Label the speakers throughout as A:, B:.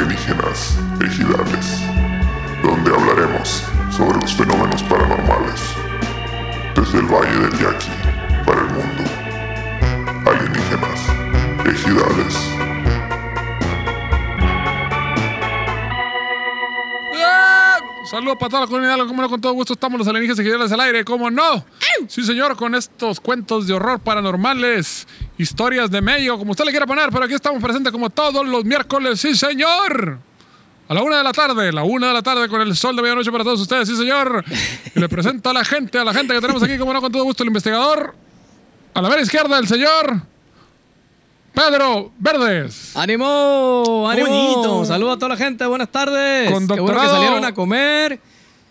A: Leyendas Ejidales, donde hablaremos sobre los fenómenos paranormales desde el Valle del Yaqui para el mundo. Alienígenas, ejidales.
B: ¡Bien! Saludos para toda la comunidad, como no, con todo gusto estamos los alienígenas ejidales al aire, ¿cómo no? Sí señor, con estos cuentos de horror paranormales, historias de medio, como usted le quiera poner, pero aquí estamos presentes como todos los miércoles, sí señor. A la una de la tarde, la una de la tarde con el sol de medianoche para todos ustedes, sí señor. Y le presento a la gente, a la gente que tenemos aquí, como no, con todo gusto, el investigador. A la vera izquierda, el señor Pedro Verdes.
C: ¡Ánimo! ¡Ánimo!
D: bonito!
C: Saludos a toda la gente, buenas tardes.
B: Con
C: Qué bueno que
B: doctorado.
C: salieron a comer.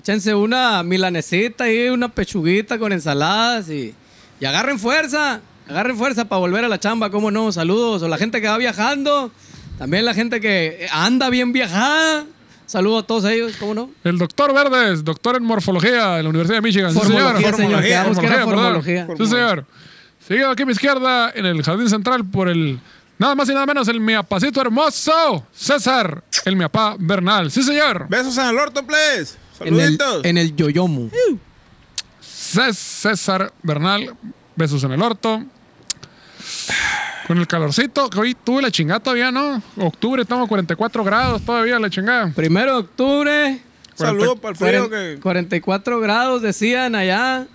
C: Échense una milanesita y una pechuguita con ensaladas y, y agarren fuerza. Agarren fuerza para volver a la chamba, cómo no. Saludos a la gente que va viajando. También la gente que anda bien viajada. Saludos a todos ellos, cómo no.
B: El doctor Verdes, doctor en morfología de la Universidad de Michigan. Sí,
C: Formología,
B: señor.
C: señor. Quedamos que era
B: Formología,
C: formología.
B: perdón. Sí, señor. Seguido aquí a mi izquierda, en el jardín central, por el nada más y nada menos, el miapacito hermoso, César, el miapá Bernal. Sí, señor.
D: Besos en el orto, please.
C: En el,
D: Saluditos.
C: en el yoyomu.
B: Cés- César Bernal, besos en el orto. Con el calorcito, que hoy tuve la chingada todavía, ¿no? Octubre estamos a 44 grados todavía, la chingada.
C: Primero de octubre,
D: Saludos para el frío que.
C: 44 grados decían allá.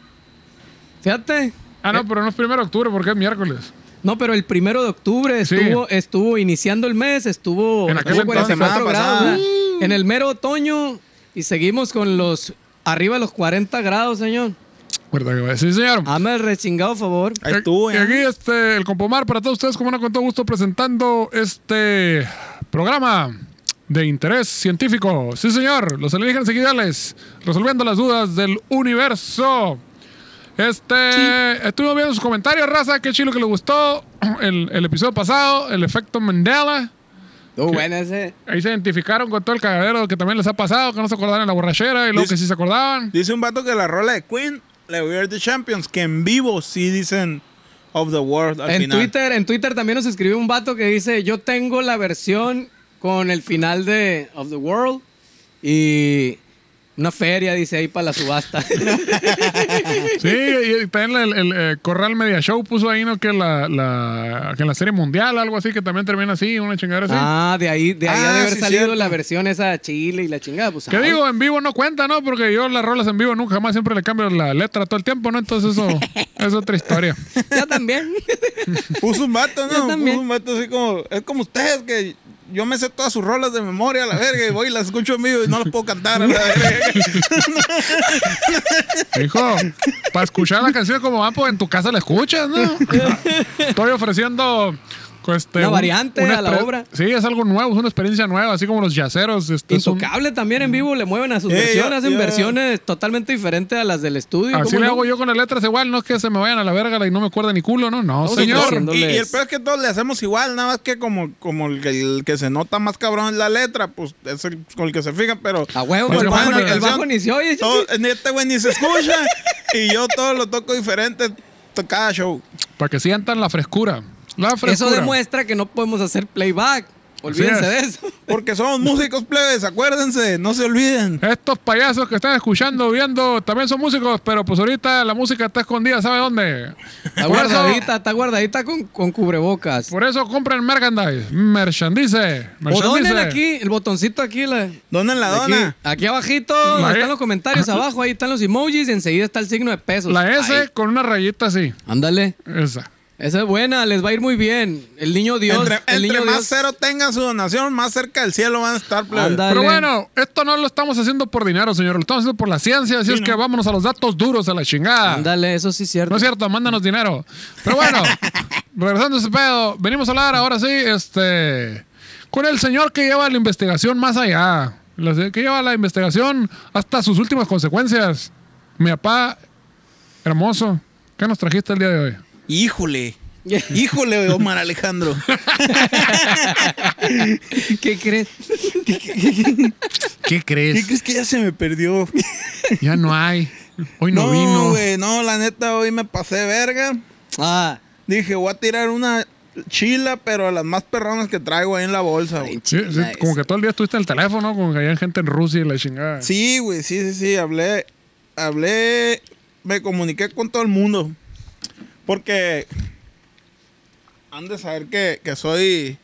C: Fíjate.
B: Ah, no, pero no es primero de octubre porque es miércoles.
C: No, pero el primero de octubre
B: Sí.
C: estuvo, estuvo iniciando el mes, estuvo
B: En aquel
C: estuvo
B: entonces.
C: 44
D: Semana
C: grados.
D: pasada.
C: ¿verdad? En el mero otoño y seguimos con los arriba de los 40 grados, señor.
B: ¿Verdad que va? Sí, señor.
C: Hazme el rechingado favor.
D: Ahí
B: Y-
D: estuvo,
B: y
D: ¿eh?
B: aquí este, el Compomar para todos ustedes, como no, con todo gusto presentando este programa de interés científico. Sí, señor, los alienígenas seguidales, resolviendo las dudas del universo. Este, estuvimos viendo sus comentarios, raza, qué chilo que le gustó el, el episodio pasado, el efecto Mandela.
C: Tú, bueno, ese.
B: Ahí se identificaron con todo el cagadero que también les ha pasado, que no se acordaron en la borrachera y luego
D: Dice-
B: que sí se acordaban.
D: Dice un vato que la rola de Queen, la We Are the Champions, que en vivo sí dicen of the world al
C: En
D: final.
C: Twitter, en Twitter también nos escribió un vato que dice, yo tengo la versión con el final de Of the World y una feria, dice ahí, para la subasta.
B: Sí, y y también el, el, eh, Corral Media Show puso ahí, ¿no? Que la, la, que la serie mundial, algo así, que también termina así, una chingadera así.
C: ah, de ahí, de ahí ha de
D: Ah,
C: haber
D: sí,
C: salido
D: cierto.
C: la versión esa de Chile y la chingada. Pues,
B: que
C: ah,
B: digo, en vivo no cuenta, ¿no? Porque yo las rolas en vivo nunca jamás siempre le cambio la letra todo el tiempo, ¿no? Entonces eso es otra historia.
C: Yo también.
D: Puso un vato,
C: Yo
D: ¿no?
C: también.
D: Puso un vato así como. Es como ustedes que. Yo me sé todas sus rolas de memoria a la verga y voy y las escucho en vivo y no las puedo cantar a la verga.
B: Hijo, para escuchar la canción como van, pues en tu casa la escuchas, ¿no? Estoy ofreciendo. pues, Este,
C: Una variante a la
B: expre-
C: obra.
B: Sí, es algo nuevo, es una experiencia nueva, así como los yaceros. Este, son-
C: Intocable también en vivo le mueven a sus
D: Eh,
C: versiones,
D: yo-
C: hacen
D: yo-
C: versiones totalmente diferentes a las del estudio.
B: así
C: ¿cómo
B: le
C: no?
B: hago yo con las letras igual, no es que se me vayan a la verga y no me acuerda ni culo, ¿no? No,
C: Vamos
B: señor.
C: ofreciendo
D: Y, y el
C: Dándoles-
D: peor es que todos le hacemos igual, nada más que como, como el, que, el que se nota más cabrón es la letra, pues es el con el que se fijan, pero.
C: A huevo,
B: Pues
C: el
B: yo
C: bajo,
B: mando
C: ni-
B: la
C: el bajo
D: canción.
C: ni se oye.
D: Todo- ni este güey ni se escucha y yo todo lo toco diferente to- cada show.
B: Para que sientan la frescura. La frescura.
C: Eso demuestra que no podemos hacer playback. Olvídense
B: Así
C: de
B: es.
C: eso.
D: Porque somos músicos plebes, acuérdense, no se olviden.
B: Estos payasos que están escuchando, viendo, también son músicos, pero pues ahorita la música está escondida, ¿sabe dónde?
C: Está
B: Por eso,
C: guardadita, está guardadita con, con cubrebocas.
B: por eso compren merchandise. Merchandise.
C: O donen
B: merchandise.
C: aquí, el botoncito aquí. La,
D: Donen la dona.
C: Aquí, aquí abajito, donde
B: La E.
C: están los comentarios abajo, ahí están los emojis y enseguida está el signo de pesos.
B: La S
C: Ahí.
B: con una rayita así.
C: Ándale.
B: Esa.
C: Esa es buena, les va a ir muy bien. El niño Dios.
D: entre
C: el
D: entre
C: niño
D: más
C: Dios.
D: cero tengan su donación, más cerca del cielo van a estar plebes.
C: Ándale.
B: Pero bueno, esto no lo estamos haciendo por dinero, señor. Lo estamos haciendo por la ciencia. Así es que vámonos a los datos duros, a la chingada.
C: Ándale, eso sí es cierto.
B: No es cierto, mándanos dinero. Pero bueno, regresando a ese pedo, venimos a hablar ahora sí, este, con el señor que lleva la investigación más allá, la- que lleva la investigación hasta sus últimas consecuencias. Mi papá, hermoso, ¿qué nos trajiste el día de hoy?
D: Híjole. Híjole, Omar Alejandro.
C: ¿Qué crees?
B: ¿Qué
D: ¿Qué
B: crees?
D: crees que ya se me perdió?
B: Ya no hay. Hoy no,
D: No,
B: vino.
D: güey, no, la neta, hoy me pasé verga.
C: Ah,
D: Dije, voy a tirar una chila, pero las más perronas que traigo ahí en la bolsa, güey.
B: Sí, sí,
C: Chingada
B: como
C: esa.
B: que todo el día estuviste en el teléfono, como que había gente en Rusia y la chingada.
D: Sí, güey, sí, sí, sí, hablé, hablé, me comuniqué con todo el mundo. Porque han de saber que, que soy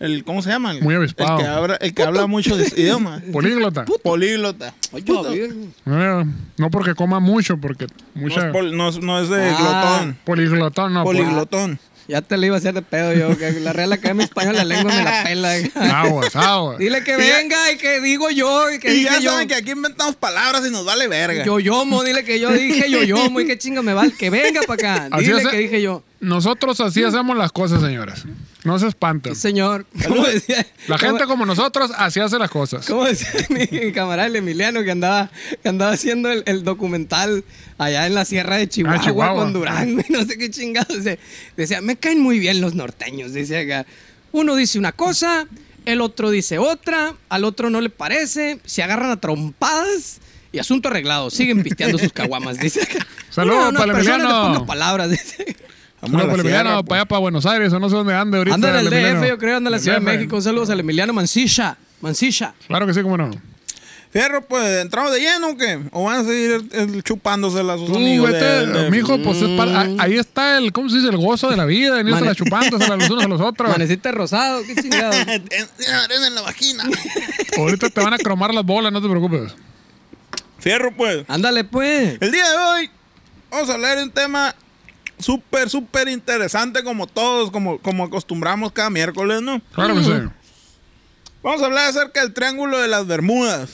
D: el, ¿cómo se llama? El-
B: Muy avispado.
D: El que, habla- el que habla muchos idiomas.
B: Políglota.
D: Políglota.
C: Oye, a ver.
B: Eh, no porque coma mucho, porque
D: No es,
B: mucha. pues.
D: pol- no es- no es de
C: Ah.
D: glotón.
B: Poliglotón, no. Poliglotón.
D: Poliglotón.
C: Ya te le iba a hacer de pedo yo. Que la Real Academia Española la lengua me la pela.
B: Aguas, aguas.
C: Dile que venga y que digo yo. Y que
D: Y
C: diga
D: ya
C: yo.
D: saben que aquí inventamos palabras y nos vale verga.
C: Yoyomo, dile que yo dije yoyomo y qué chinga me vale. Que venga para acá.
B: Así
C: Dile
B: hace-
C: que dije yo.
B: Nosotros así hacemos las cosas, señoras. No se espanten.
C: Mm. Sí, Señor, ¿cómo decía?
B: La
C: ¿Cómo-
B: gente como nosotros así hace las cosas.
C: ¿Cómo decía mi camarada el Emiliano que andaba, que andaba haciendo el, el documental allá en la sierra de Chihuahua,
B: Ah, Chihuahua.
C: con Durango y no sé qué chingados? Dice- Decía, me caen muy bien los norteños, dice acá. Uno dice una cosa, el otro dice otra, al otro no le parece, se agarran a trompadas y asunto arreglado, siguen pisteando sus caguamas, dice acá.
B: Saludos
C: Una- una
B: para el
C: persona
B: Emiliano.
C: de pocas palabras, dice.
D: Vamos a la
B: Bueno, pues,
D: sierra, pues.
B: para allá, para Buenos Aires, o no sé dónde ande ahorita.
C: pues. Anda en el
B: Emiliano.
C: DF, yo creo, anda en la
B: El
C: Ciudad de
B: DF.
C: México. Saludos al Emiliano Mancilla, Mancilla.
B: Claro que sí, cómo no.
D: pues. Fierro, pues, ¿entramos de lleno o qué? ¿O van a seguir eh, chupándosela a sus
B: Tú,
D: amigos? de-
B: vete,
D: de-
B: mijo, pues es para- a- ahí está el, ¿cómo se dice? El gozo de la vida, en irse
C: mm. Mane-
B: la chupando, se los unos a los otros.
C: Manecita rosado, qué chingado.
D: Arena en la vagina.
B: Ahorita te van a cromar las bolas, no te preocupes.
D: Fierro, pues.
C: Ándale, pues.
D: El día de hoy vamos a hablar de un tema súper, súper interesante como todos, como, como acostumbramos cada miércoles, ¿no?
B: Claro que
C: Mm.
B: sí.
D: Vamos a hablar acerca del Triángulo de las Bermudas.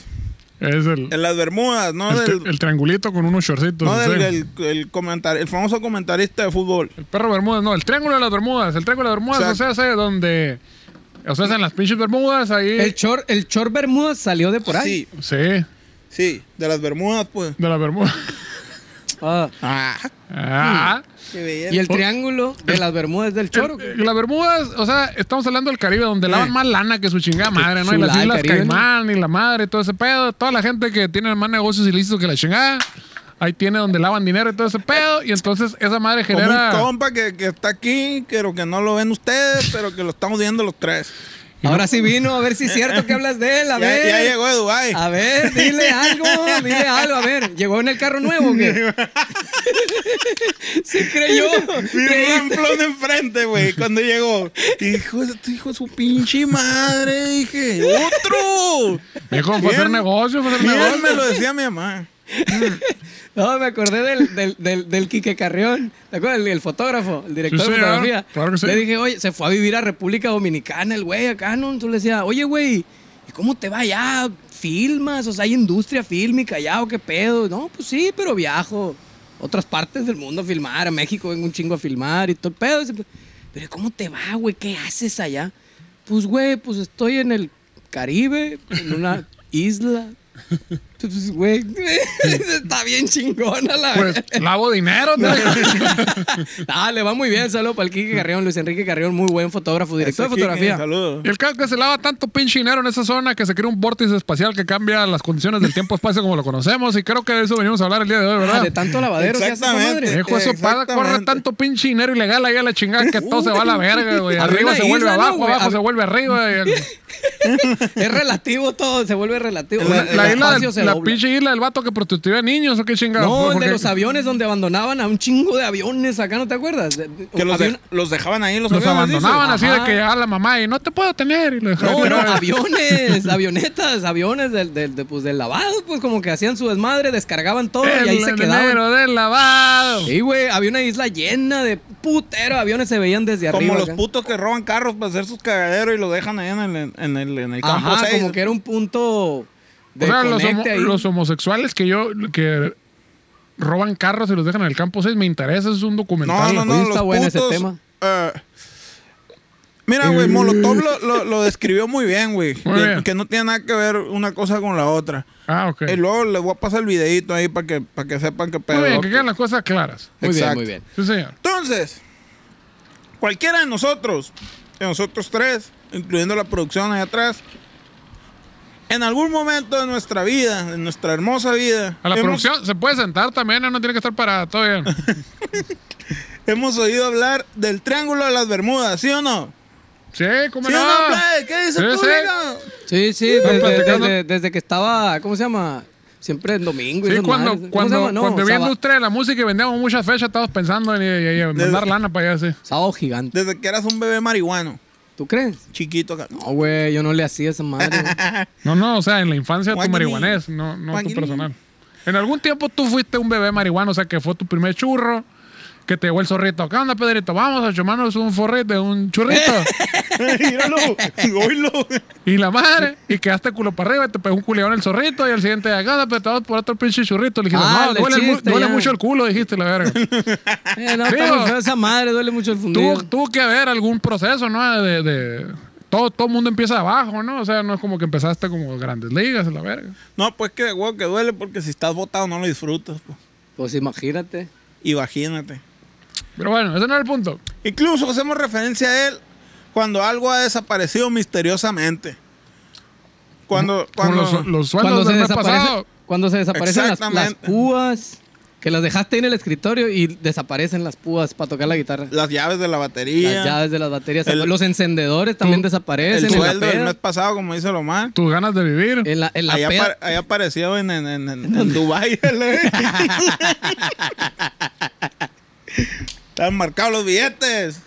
B: Es el,
D: En las Bermudas, no
B: el tri-
D: del,
B: el triangulito con unos shortcitos.
D: no del
B: así.
D: el, el comentar- el famoso comentarista de fútbol.
B: El perro Bermudas, no, el triángulo de las Bermudas. El triángulo de las Bermudas, o sea,
D: Exacto.
B: hace donde. O sea, en las pinches Bermudas, ahí.
C: El chor, el chor Bermuda salió de por ahí.
D: Sí,
B: Sí, de
D: sí, de las Bermudas, pues.
B: las Bermudas.
C: Ah,
D: Ah,
B: Ah.
D: qué belleza.
C: y el triángulo de las Bermudas del Choro.
B: Eh, Las Bermudas, o sea, estamos hablando del Caribe, donde lavan más lana que su chingada madre, ¿no? Y
C: su
B: las
C: la-
B: Islas
C: Caribe, ¿no?
B: Caimán y la madre, y todo ese pedo. Toda la gente que tiene más negocios ilícitos que la chingada. Ahí tiene donde lavan dinero y todo ese pedo. Y entonces esa madre
D: Como
B: genera.
D: un compa que, que está aquí, pero que no lo ven ustedes, pero que lo estamos viendo los tres.
C: Ahora sí vino, a ver si es cierto que hablas de él, a
D: Ya,
C: ver.
D: ya llegó eh. de Dubái.
C: A ver, dile algo, dile algo, a ver. ¿Llegó en el carro nuevo o qué? Se creyó.
D: Mi
C: Creí-
D: ramplón enfrente, güey, cuando llegó. Hijo de tu hijo de su pinche madre, dije. ¡Otro!
B: Viejo, fue a hacer
D: Bien.
B: negocios, fue a hacer
D: Bien me
B: negocios.
D: lo decía mi mamá.
C: No, me acordé del, del, del, del Quique Carrión. ¿Te acuerdas? El, el fotógrafo, el director
B: Sí,
C: de
B: señor.
C: fotografía.
B: Claro que sí.
C: Le dije, oye, se fue a vivir a República Dominicana el güey acá, ¿no? Entonces le decía, oye, güey, ¿y cómo te va allá? ¿Filmas? O sea, hay industria fílmica allá o qué pedo. No, pues sí, pero viajo a otras partes del mundo a filmar. A México vengo un chingo a filmar y todo el pedo. Dice, Pero ¿cómo te va, güey? ¿Qué haces allá? Pues, güey, pues estoy en el Caribe, en una isla. Pues, güey, está bien chingona la
B: Pues lavo dinero, te digo.
C: Ah, le va muy bien. Saludos para el Quique Carrión, Luis Enrique Carrión, muy buen fotógrafo, director de
D: Ese Quique,
C: fotografía.
D: Este Saludos.
B: Y el caso es que se lava tanto pinche dinero en esa zona que se crea un vórtice espacial que cambia las condiciones del tiempo-espacio como lo conocemos. Y creo que de eso venimos a hablar el día de hoy,
C: Ah,
B: ¿verdad? Eh,
C: de tanto lavadero que hace esa
D: Exactamente.
C: madre.
B: Viejo, eso paga, corre
D: Exactamente.
B: tanto pinche dinero ilegal ahí a la chingada que todo se va a la verga, güey. Arriba
C: Arruina
B: se vuelve
C: isla, ¿no,
B: abajo,
C: güey?
B: abajo
C: Ar-
B: se vuelve arriba. y el-
C: Es relativo todo, se vuelve relativo.
D: La-
C: El
B: la isla,
C: espacio
B: del-
C: se
B: la
C: dobla.
B: pinche isla del vato que prostituía a niños o qué chingada.
C: No,
B: Fue
C: el de
B: porque-
C: los aviones donde abandonaban a un chingo de aviones acá, ¿no te acuerdas? De- de-
D: Que los, de-
C: avión-
D: los dejaban ahí, los, Ah,
B: los
D: aviones, dices.
B: abandonaban así de
C: Ajá.
B: que llegaba la mamá y no te puedo tener. Y lo dejaban
C: No, no,
B: tirado.
C: aviones, avionetas, aviones del, del, de- pues, del lavado, pues como que hacían su desmadre, descargaban todo y ahí
B: el
C: se quedaban.
B: dinero del lavado.
C: Sí, güey, había una isla llena de putero aviones, se veían desde
D: Como
C: arriba.
D: los
C: acá.
D: putos que roban carros para hacer sus cagaderos y los dejan ahí en el, en el, en el campo
C: Ajá,
D: seis.
C: como que era un punto de
B: O sea, los,
C: conecte
B: homo-
C: ahí.
B: los homosexuales que yo que roban carros y los dejan en el campo 6, me interesa, es un
D: No,
B: documental.
D: no,
C: Oye,
D: no,
C: está
D: los
C: bueno ese
D: putos,
C: tema. Eh.
D: eh, mira, güey, Molotov lo, lo- lo describió muy bien, güey.
B: Muy
D: Que,
B: bien.
D: que no tiene nada que ver una cosa con la otra.
B: Ah, ok.
D: Y luego les voy a pasar el videito ahí para que, para que sepan qué pedo.
B: Muy bien, que queden las cosas claras.
C: Muy bien,
D: Exacto.
C: muy bien.
B: Sí, señor.
D: Entonces, cualquiera de nosotros, de nosotros tres, incluyendo la producción ahí atrás, en algún momento de nuestra vida, de nuestra hermosa vida,
B: A la
D: hemos-
B: ¿eh? producción se puede sentar también, no tiene que estar parada, todo bien.
D: hemos oído hablar del Triángulo de las Bermudas, ¿sí o no?
B: Sí, cómo
D: ¿Sí o
B: no.
D: no, Play? ¿Qué dice
B: Sí,
D: el
B: sí.
D: público?
C: Sí,
B: Están
C: sí, desde,
B: pues, platicando.
C: desde- desde que estaba, ¿cómo se llama? Siempre en domingo. y
B: Sí,
C: esas
B: cuando,
C: madres. ¿Cómo se
B: cuando,
C: llama? No,
B: cuando había
C: sábado-
B: industria de la música y vendíamos muchas fechas, estábamos pensando en, en- en mandar lana para allá, sí.
C: Sábado gigante.
D: Desde que eras un bebé marihuano,
C: ¿Tú crees?
D: chiquito. ca-
C: No, güey, yo no le hacía esa madre. güey.
B: No, no, o sea, en la infancia tu
D: Guanguini.
B: marihuanés, no, no tu
D: Guanguini.
B: personal. En algún tiempo tú fuiste un bebé marihuano, o sea, que fue tu primer churro, que te llevó el zorrito. ¿Qué onda, Pedrito? Vamos a chumarnos un forrito, un churrito.
D: Míralo, oílo.
B: y la madre, y quedaste culo para arriba, y te pegó un culeón el zorrito, y el siguiente, ¿qué onda? Pero te vas por otro pinche churrito. Le dijiste,
C: Ah,
B: no,
C: el
B: duele, mu-
C: chiste,
B: duele
C: ya.
B: mucho el culo, dijiste, la verga.
C: Eh, no,
B: Sí,
C: está muy
B: o-
C: feo esa madre, duele mucho el fundido.
B: tuvo, tuvo que haber algún proceso, ¿no? De, de- todo, todo mundo empieza de abajo, ¿no? O sea, no es como que empezaste como grandes ligas, la verga.
D: No, pues que de huevo que duele porque si estás botado no lo disfrutas. pues.
C: Pues imagínate.
D: Imagínate.
B: Pero bueno, ese no era el punto.
D: Incluso hacemos referencia a él cuando algo ha desaparecido misteriosamente. Cuando,
B: Con
D: cuando
B: los, los
C: Cuando
B: sueldos
C: se,
B: del mes
C: desaparece-
B: pasado.
C: cuando se desaparecen las, las
D: Exactamente.
C: púas, que las dejaste ahí en el escritorio y desaparecen las púas para tocar la guitarra.
D: las llaves de la batería,
C: Las llaves de las baterías,
D: El-
C: los encendedores también desaparecen.
D: el
C: en la
D: sueldo del
C: peda.
D: mes pasado, como dice Lomar.
B: Tus ganas de vivir.
C: En la, en la
D: Allá,
C: peda.
D: apare- allá apareció en, en, en, en- en Dubái. ¿eh? el- Están marcados los billetes.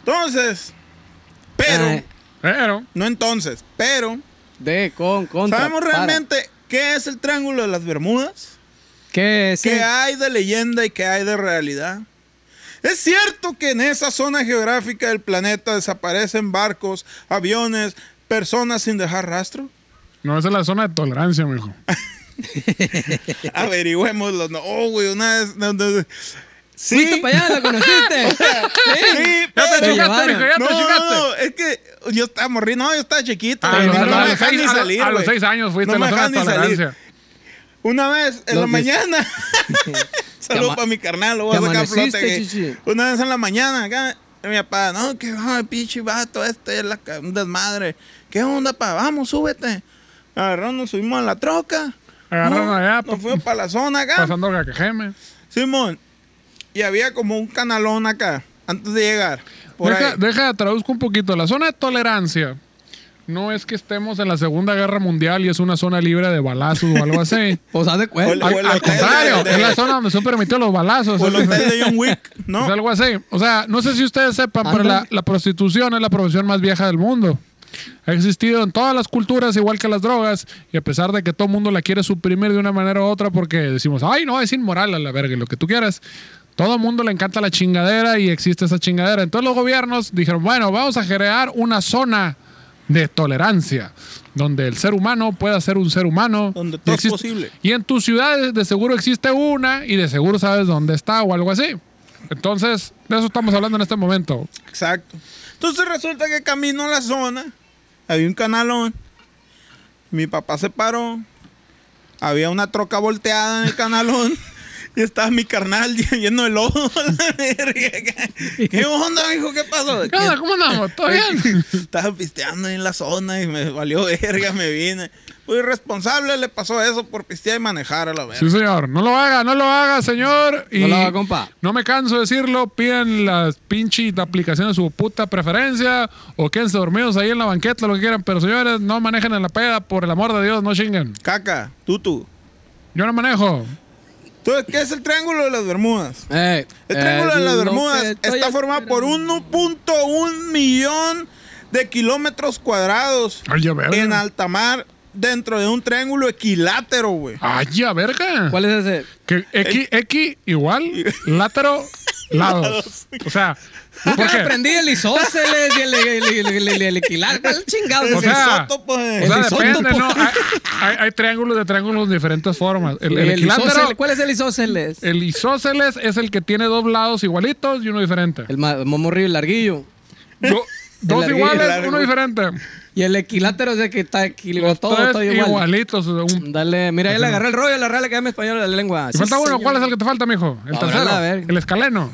D: Entonces, pero,
C: Ay,
B: Pero,
D: no entonces, pero,
C: de, con, contra.
D: ¿sabemos
C: para.
D: realmente qué es el Triángulo de las Bermudas?
C: ¿Qué es?
D: ¿Qué
C: eh?
D: hay de leyenda y qué hay de realidad? Es cierto que en esa zona geográfica del planeta desaparecen barcos, aviones, personas sin dejar rastro.
B: no, esa es la zona de tolerancia, mijo.
D: Averigüémoslo. No, güey, una vez. no, no, no. Sí,
C: ¿Fuiste para allá? ¿La conociste?
D: sí,
B: ¿eh? Ya te
C: Te
D: pero-
B: chingaste,
C: llevaron.
B: mijo, ya
D: no,
B: te
D: no,
B: chingaste.
D: no, es que yo estaba morrido. No, yo estaba chiquito.
B: A
D: güey,
B: los-
D: no
B: a
D: me
B: los
D: dejaban
B: seis- a
D: ni
B: los-
D: salir,
B: a los
D: güey.
B: seis años fuiste
D: No
B: a la
D: me
B: zona de
D: dejaban ni salir.
B: tolerancia.
D: Una vez en la
C: Los dis-
D: mañana. Saludos
C: ama-
D: para mi carnal, lo voy a
C: te
D: sacar a
C: amaneciste,
D: flote. güey.
C: chichi.
D: Una vez en la mañana, acá, mi papá, no, que ay, pinche vato, este es la ca- un desmadre. ¿Qué onda, pa? Vamos, súbete. Agarramos, nos subimos a la troca.
B: Agarraron
D: No,
B: allá, pa-
D: Nos fuimos para la zona acá.
B: Pasando a Caquejeme.
D: Simón. Y había como un canalón acá, antes de llegar. Por
B: Deja,
D: ahí.
B: deja, traduzco un poquito. La zona de tolerancia no es que estemos en la Segunda Guerra Mundial y es una zona libre de balazos o algo así.
C: Pues haz de cuenta.
B: Al,
D: O el
B: al
D: hotel
B: contrario,
D: de- de-
B: es la zona donde son permitidos los balazos.
D: Por
B: es-
D: los hotel de John Wick, ¿no?
B: es algo así. O sea, no sé si ustedes sepan, pero la,
C: Ándale.
B: la prostitución es la profesión más vieja del mundo. Ha existido en todas las culturas, igual que las drogas, y a pesar de que todo el mundo la quiere suprimir de una manera u otra porque decimos, ay, no, es inmoral a la verga, y lo que tú quieras. Todo el mundo le encanta la chingadera y existe esa chingadera. Entonces los gobiernos dijeron, bueno, vamos a crear una zona de tolerancia, donde el ser humano pueda ser un ser humano.
D: Donde todo
B: Y
D: es posible.
B: Y en tus ciudades de seguro existe una y de seguro sabes dónde está o algo así. Entonces, de eso estamos hablando en este momento.
D: Exacto. Entonces resulta que camino a la zona, había un canalón, mi papá se paró, había una troca volteada en el canalón. Y estaba mi carnal lleno de lodo. a la verga. ¿Qué onda, hijo? ¿Qué pasó?
B: ¿Qué onda? ¿Cómo andamos? ¿Todo bien?
D: Estaba pisteando ahí en la zona y me valió verga, me vine. Fui irresponsable, le pasó eso por pistear y manejar a la verga.
B: Sí, señor. No lo haga, no lo haga, señor. Y
C: No lo haga, compa.
B: No me canso de decirlo. Piden las pinches aplicaciones de su puta preferencia o quédense dormidos ahí en la banqueta, lo que quieran. Pero, señores, no manejen en la peda, por el amor de Dios, no chinguen.
D: Caca, tutu.
B: Yo no manejo.
D: Entonces, ¿qué es el Triángulo de las Bermudas?
C: Eh,
D: El Triángulo
C: es
D: de las
C: lo
D: Bermudas
C: que estoy
D: está formado por
C: esperando.
D: 1.1 millón de kilómetros cuadrados
B: Ay, ya verga.
D: en alta mar dentro de un triángulo equilátero, güey.
B: Ay, ya verga.
C: ¿Cuál es ese?
B: Que X, X igual, látero, lados. O sea, ¿por
C: Yo
B: qué?
C: aprendí el isósceles y el- el- el- el- el- el equilar. ¿Cuál chingado es
B: O
C: ese?
B: sea,
D: isótopo,
B: O
D: eh.
B: sea,
C: El
B: depende,
C: isótopo.
B: ¿no? Hay, hay- hay triángulos de triángulos de diferentes formas. El, el
C: El isósceles,
B: equilátero, Eh,
C: ¿Cuál es el isósceles?
B: el isósceles es el que tiene dos lados igualitos y uno diferente.
C: El ma- momorrillo y el larguillo.
B: Do- dos
C: largo-
B: iguales,
D: el largo.
B: uno diferente.
C: Y el equilátero es el que está equilibrado todo,
B: Tres
C: todo igual.
B: igualitos. o sea, un-
C: Dale, mira, ya le agarré el rollo, la real academia española de la lengua.
B: y
C: Sí,
B: falta uno.
C: señor.
B: ¿Cuál es el que te falta, mijo? El
C: A ver,
B: tercero.
C: a ver.
B: El escaleno.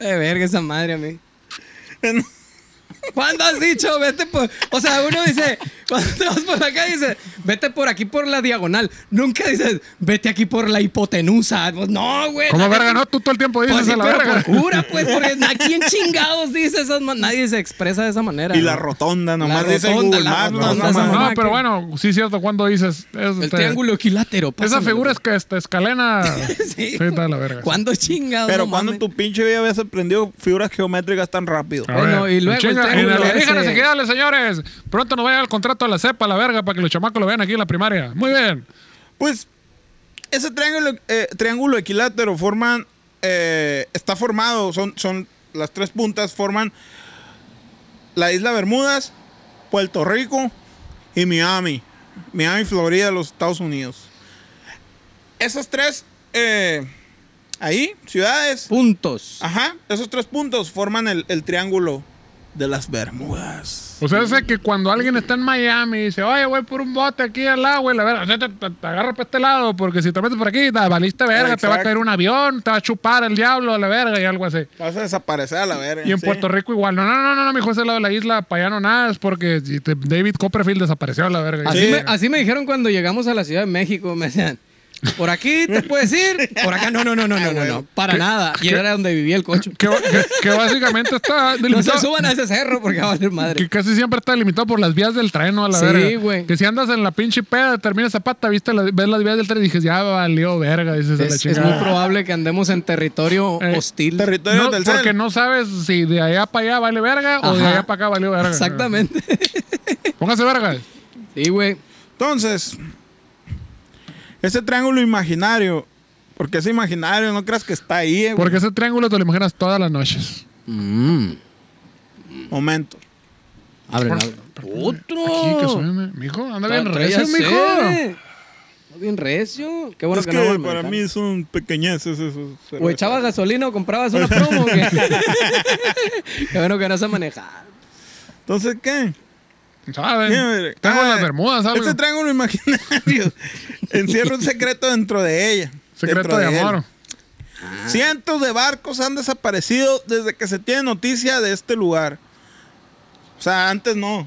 C: De verga esa madre a mí. ¿Cuándo has dicho, vete por. O sea, uno dice, cuando te vas por acá, dice, vete por aquí por la diagonal. Nunca dices, vete aquí por la hipotenusa. Pues no, güey.
B: ¿Cómo
C: la
B: verga?
C: neta-
B: No, tú todo el tiempo dices
C: Pues sí,
B: a la
C: pero
B: verga.
C: por cura, pues, porque ¿a quién chingados dice esas ma- Nadie se expresa de esa manera.
D: Y la
C: ¿no?
D: rotonda, nomás
C: La
D: dice
C: rotonda,
D: Google
C: la
D: Maps.
C: rotonda,
D: no,
C: esa
D: nomás.
B: No,
C: mamá
B: pero
C: que-
B: bueno, sí es cierto cuando dices. es,
C: El
B: este,
C: triángulo equilátero.
B: Esa
C: pásamelo.
B: figura es que este, escalena.
C: Sí,
B: sí, está de la verga.
C: ¿Cuándo chingados?
D: Pero
C: No
D: cuando
C: mames.
D: tu pinche vida habías aprendido figuras geométricas tan rápido.
B: A
C: Bueno, y luego el
B: chinga,
C: triángulo
B: en alienígenas
C: ese.
B: Ejidales, señores. Pronto nos va a llegar el contrato de la cepa a la verga para que los chamacos lo vean aquí en la primaria. Muy bien.
D: Pues ese triángulo, eh, triángulo equilátero forman, eh, está formado, son, son las tres puntas, forman la isla Bermudas, Puerto Rico y Miami. Miami, Florida, los Estados Unidos. Esas tres, eh, ahí, ciudades,
C: Puntos.
D: ajá, esos tres puntos forman el, el triángulo de las Bermudas.
B: O sea, es que cuando alguien está en Miami y dice, oye, voy por un bote aquí al agua y la verga, te, te- te agarro para este lado porque si te metes por aquí, te valiste verga, te va a
D: Exacto.
B: caer un avión, te va a chupar el diablo a la verga y algo así.
D: Vas a desaparecer a la verga.
B: Y en
D: sí.
B: Puerto Rico igual, no, no, no, no, no, mijo, ese lado de la isla, para allá no nada, es porque si te- David Copperfield desapareció a la verga.
C: Así,
D: Sí.
C: me, así me dijeron cuando llegamos a la Ciudad de México. Me decían, por aquí te puedes ir, por acá no, no, no,
D: Ah,
C: no, no, no, no, para nada. Y era donde vivía el coche.
B: Que, que- que básicamente está
C: No se
B: delimitado-
C: suban a ese cerro porque va a valer madre.
B: Que casi siempre está limitado por las vías del tren, ¿no? A la
C: Sí,
B: verga.
C: güey.
B: Que si andas en la pinche peda, terminas zapata, viste la- ves las vías del tren y dices, ya valió verga, dices a la
C: Es, es
B: chingada.
C: muy probable que andemos en territorio
B: Eh,
C: hostil.
D: Territorio
B: No,
D: del
B: porque no sabes si de allá para allá vale verga o de
C: Ajá.
B: allá para acá valió verga.
C: Exactamente.
B: Póngase verga.
C: Sí, güey.
D: Entonces, ese triángulo imaginario, porque es imaginario, no creas que está ahí, eh, güey.
B: Porque ese triángulo te lo imaginas todas las noches.
C: Mm.
D: Momento.
C: Abre,
B: Por-
C: abre.
B: Aquí que
C: Otro.
B: suene, mijo. Anda
C: Trae
B: bien recio,
C: sed,
B: mijo.
C: eh. Anda Bien recio. Qué bueno
D: es
C: que,
D: que,
C: no ¿eh? hago el
D: para
C: mexicano.
D: mí son pequeñeces esos.
C: O echabas gasolina o comprabas una promo. ¿o qué? Qué bueno que no se manejar.
D: Entonces, ¿qué?
B: ¿Saben?
D: Mira,
B: Eh, Tengo
D: ah,
B: las bermudas, ¿sabes?
D: Este triángulo imaginario encierra un secreto dentro de ella.
B: Secreto
D: dentro
B: de
D: él.
B: amor.
C: Ah.
D: Cientos de barcos han desaparecido desde que se tiene noticia de este lugar. O sea, antes no.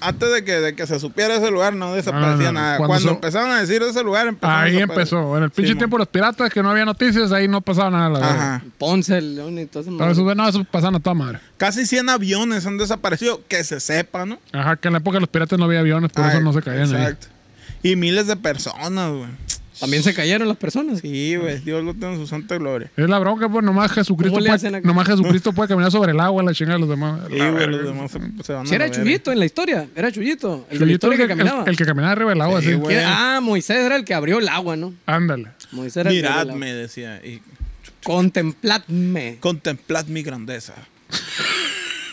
D: Antes de que, de que se supiera ese lugar no desaparecía
B: Ah, no, no.
D: nada.
B: Cuando
D: Cuando,
B: so-
D: empezaron a decir ese lugar, empezaron a
B: Ahí
D: desaparecer.
B: empezó. En el pinche
D: Sí,
B: tiempo de los piratas, que no había noticias, ahí no pasaba nada. La verga.
C: Ah.
D: Ajá.
C: Ponce, León y todo eso.
B: Pero eso, no, eso pasan a toda madre.
D: Casi 100 aviones han desaparecido, que se sepa, ¿no?
B: Ajá, que en la época de los piratas no había aviones, por eso
D: Ay,
B: no se caían
D: Exacto. Y miles de personas, güey.
C: También se cayeron las personas.
D: Sí, güey. Dios lo tenga en su santa gloria.
B: ahí. Es la bronca, pues nomás Jesucristo,
C: ¿Cómo le
B: puede,
C: hacen acá?
B: nomás Jesucristo puede caminar sobre el agua, la chingada de los demás.
D: Sí,
B: La
D: güey,
B: verga.
D: los demás se, se van a
C: Si era
D: la verga.
C: Chuyito en la historia. Era Chuyito. El de la
B: Chuyito
C: historia
B: era
C: que
B: el,
C: caminaba.
B: el- el que caminaba arriba del agua,
D: Sí,
B: así.
D: güey.
C: ¿Quién era? Ah, Moisés era el que abrió el agua, ¿no?
B: Ándale.
C: Moisés era el que abrió el agua.
D: Miradme, decía, y
C: Contempladme.
D: contemplad mi grandeza.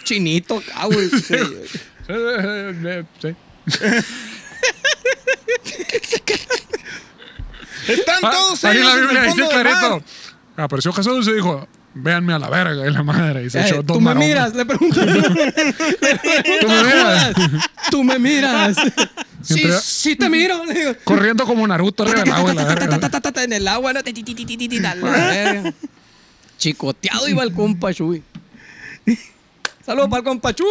C: Chinito, acá, ah, güey.
B: Eh, eh, eh, sí.
D: Están
B: Ah,
D: todos
B: ahí
D: ellos
B: la
D: en el
B: Biblia dice
D: fondo del mar.
B: clarito. Apareció Jesús y dijo, véanme a la verga, y la madre. Y se
C: Eh,
B: echó dos
C: Tú me
B: maromas.
C: miras, le pregunto. le pregunto
B: Tú me
C: a
B: miras.
C: Judas, Tú me miras. Sí,
B: Entra-
C: sí te miro. Le digo.
B: Corriendo como Naruto arriba del agua, y la
C: Ta, ta, ta,
B: verga.
C: ta, ta, ta, En el agua, ¿no? Ti, ti, ti, ti, ti, ti, ti, la verga. Chicoteado iba el compa Chuy. Saludos para el compa Chuy.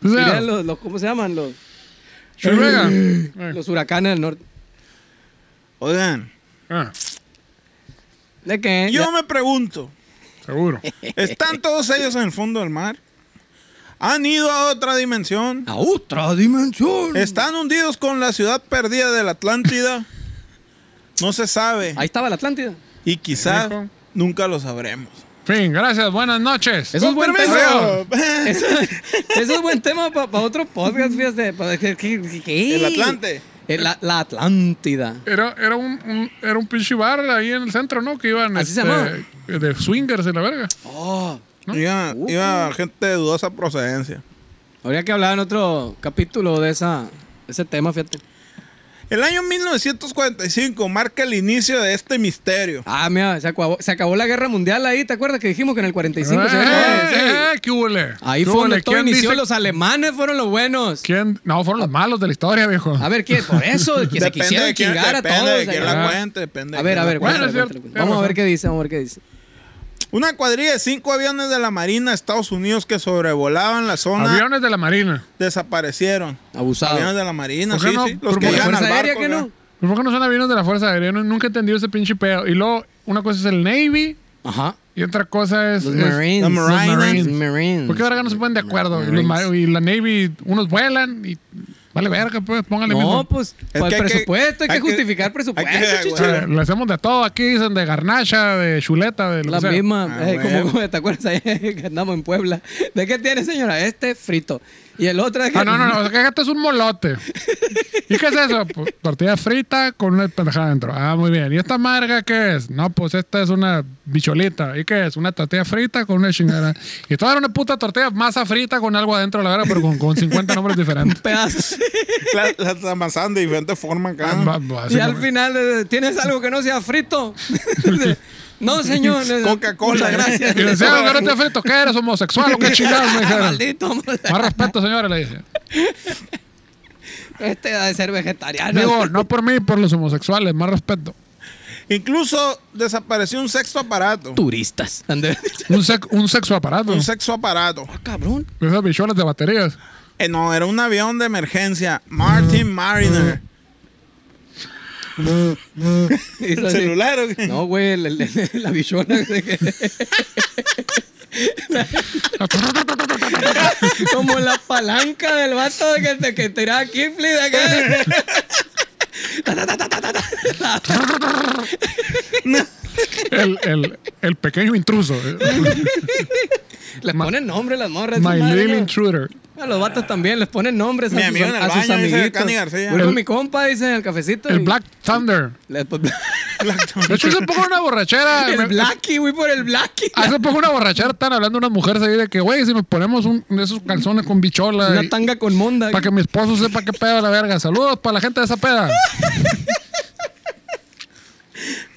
B: Sí, señor.
C: Dirían los, los- ¿Cómo se llaman? Los,
B: Sí, venga. Eh,
C: los huracanes del norte.
D: Oigan,
B: ah,
C: ¿De qué?
D: yo me pregunto,
B: seguro.
D: ¿están todos ellos en el fondo del mar? ¿Han ido a otra dimensión?
C: A otra dimensión.
D: ¿Están hundidos con la ciudad perdida de la Atlántida? No se sabe.
C: Ahí estaba la Atlántida.
D: Y quizás
B: Hijo.
D: nunca lo sabremos.
B: Fin, gracias, buenas noches.
C: Eso es buen
D: Permiso.
C: tema. Eso, eso es buen tema para otro podcast, fíjate. pa- que- que- que-
D: El Atlante.
C: Eh, La, la Atlántida.
B: Era, era, un, un- era un pinche bar ahí en el centro, ¿no? Que iban
C: Así se
B: eh, de swingers y la verga.
C: Oh,
D: Iba,
C: Uh.
D: iba gente de dudosa procedencia.
C: habría que hablar en otro capítulo de esa, de ese tema, fíjate.
D: El año 1945 marca el inicio de este misterio.
C: Ah, mira, se acabó, se acabó la guerra mundial ahí, ¿te acuerdas que dijimos que en el 45 se
B: ¡Eh,
C: había acabado?
B: eh, eh, qué hule!
C: pues, Ahí
B: ¿Qué
C: fue donde
B: hule?
C: todo
B: ¿Quién
C: inició,
B: dice-
C: los alemanes fueron los buenos.
B: quién- No, fueron los malos de la historia, viejo.
C: A ver, ¿qué? Por eso, que se quisieron
D: quién-
C: chingar a
D: depende
C: todos.
D: de quién
C: ahí.
D: la
B: Ah.
D: cuente, depende de
C: a ver,
D: quién
C: a
D: la
C: ver,
B: Bueno,
C: cuéntale,
B: es cierto,
C: cuéntale, cuéntale.
B: tienes
C: vamos a ver
B: razón.
C: qué dice, vamos a ver qué dice.
D: Una cuadrilla de cinco aviones de la Marina de Estados Unidos que sobrevolaban la zona
B: Aviones de la Marina.
D: desaparecieron.
C: Abusado.
D: Aviones de la Marina,
B: ¿Por qué
D: sí,
B: no?
D: sí.
B: ¿Por
D: Los que
B: qué?
C: ¿La
D: llegan al
C: Fuerza Aérea
D: barco,
C: que no?
D: ¿verdad?
B: Pues, ¿Por qué no son aviones de la Fuerza Aérea? Yo nunca he entendido ese pinche pedo. Y luego, una cosa es el Navy
C: Ajá.
B: y otra cosa es.
C: Los
B: es-
C: Marines.
D: los
C: Los
D: Marines.
C: Marines.
B: ¿Por qué verga no se ponen de acuerdo? Y, los
C: Marines.
B: ma- y la Navy, unos vuelan y. Vale, verga, pues póngale
C: No,
B: mismo.
C: pues, para
D: que
C: el
D: hay que-
C: presupuesto, hay que,
D: hay que-
C: justificar
D: hay que-
C: presupuesto,
B: O
C: chicho.
B: sea, le hacemos de todo aquí, dicen de garnacha, de chuleta, de lo
C: La
B: que sea.
C: misma,
D: Ah,
C: eh, como,
D: huevo.
C: como te acuerdas ayer que andamos en Puebla. ¿De qué tiene, señora? Este frito. Y el otro es que.
B: Ah, no, no, no, o sea, que esto es un molote. ¿Y qué es eso? Pues, tortilla frita con una pendejada adentro. Ah, muy bien. ¿Y esta marga qué es? No, pues esta es una bicholita. ¿Y qué es? Una tortilla frita con una chingada. Y toda era una puta tortilla masa frita con algo adentro, la verdad, pero con, con 50 nombres diferentes.
C: Pedazos.
D: La- Las amasan de diferentes formas acá.
B: Ah, Va- va, así
C: Y al
B: como-
C: final, eh, ¿tienes algo que no sea frito? no, señor.
D: Coca-Cola. ¿eh?
C: Muchas gracias.
B: Y le decía, "Ah, garante de frito, ¿qué eres homosexual o qué chingados? Me dijeron.
C: Maldito,
B: Más respeto, señores, le dije.
C: este ha de ser vegetariano.
B: Digo, no por mí, por los homosexuales, más respeto.
D: Incluso desapareció un sexto aparato.
C: turistas. Ande-
B: Un, sec- un sexo aparato.
D: Un sexto aparato.
C: Ah, cabrón.
B: De esas bicholas de baterías.
D: Eh, no, era un avión de emergencia. Martin Mariner.
C: Y es así.
D: ¿Celular o qué?
C: No, güey, el- el- el- la bichona. de que- Como la palanca del vato de que, de que tiraba Kifli de acá.
B: El, el, el pequeño intruso.
C: Les ponen nombre las morras.
B: My
C: esa madre,
B: little
C: ¿no?
B: intruder.
C: A los vatos también les ponen nombres a
D: Mi
C: sus,
D: amigo en el
C: a sus
D: baño, dice
C: amiguitos.
D: Cani García.
C: Fui con
B: El-
C: mi compa, dicen, el cafecito.
B: El
C: y-
B: Black Thunder.
C: Le-
B: De hecho, hace poco una borrachera.
C: El
B: me-
C: Blackie, güey, por el Blackie.
B: Hace poco una borrachera estaban hablando unas mujeres ahí de que, güey, si me ponemos un, de esos calzones con bichola.
C: Una tanga con monda.
B: Para que mi esposo sepa qué pedo la verga. Saludos para la gente de esa peda.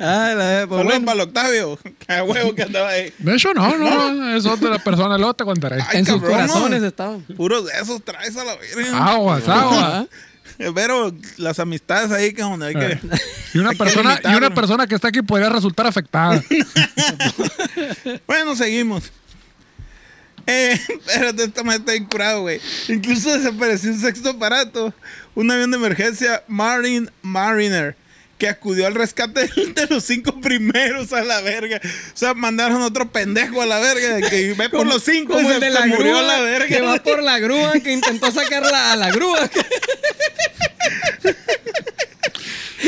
C: Ah, la, pues,
D: Saludos
C: bueno.
D: para el Octavio. Qué huevo que andaba ahí.
B: De hecho, no, no. Es otra persona. Luego te contaré.
D: Ay,
C: En sus
D: cabrón.
C: corazones estaban.
D: Puros de esos traes a la virgen.
B: Aguas,
C: ¿ah?
B: aguas.
D: Pero las amistades ahí que es donde hay que.
C: Ah.
B: Y una,
D: Hay que
B: persona, y una
D: limitarlo.
B: persona que está aquí podría resultar afectada.
D: Bueno, seguimos. Eh, espérate, esta me está incurado, güey. Incluso desapareció un sexto aparato, un avión de emergencia Marine Mariner, que acudió al rescate de los cinco primeros a la verga. O sea, mandaron otro pendejo a la verga, de que ve por
C: Como-
D: los cinco
C: como
D: y
C: el
D: se,
C: de la
D: se
C: grúa,
D: murió a la
C: Que va
D: verga.
C: por la grúa, que intentó sacarla a la grúa. Que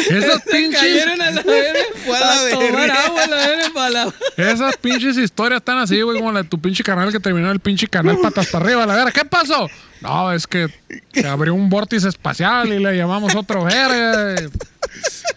B: Esas pinches.
C: cayeron a la verga.
D: Fue a la
C: a tomar
D: verga.
C: agua, a la verga. Para la...
B: Esas pinches historias están así, güey, como la de tu pinche canal que terminó el pinche canal patas para arriba, la verga. ¿Qué pasó? No, es que se abrió un vórtice espacial y le llamamos otro verga.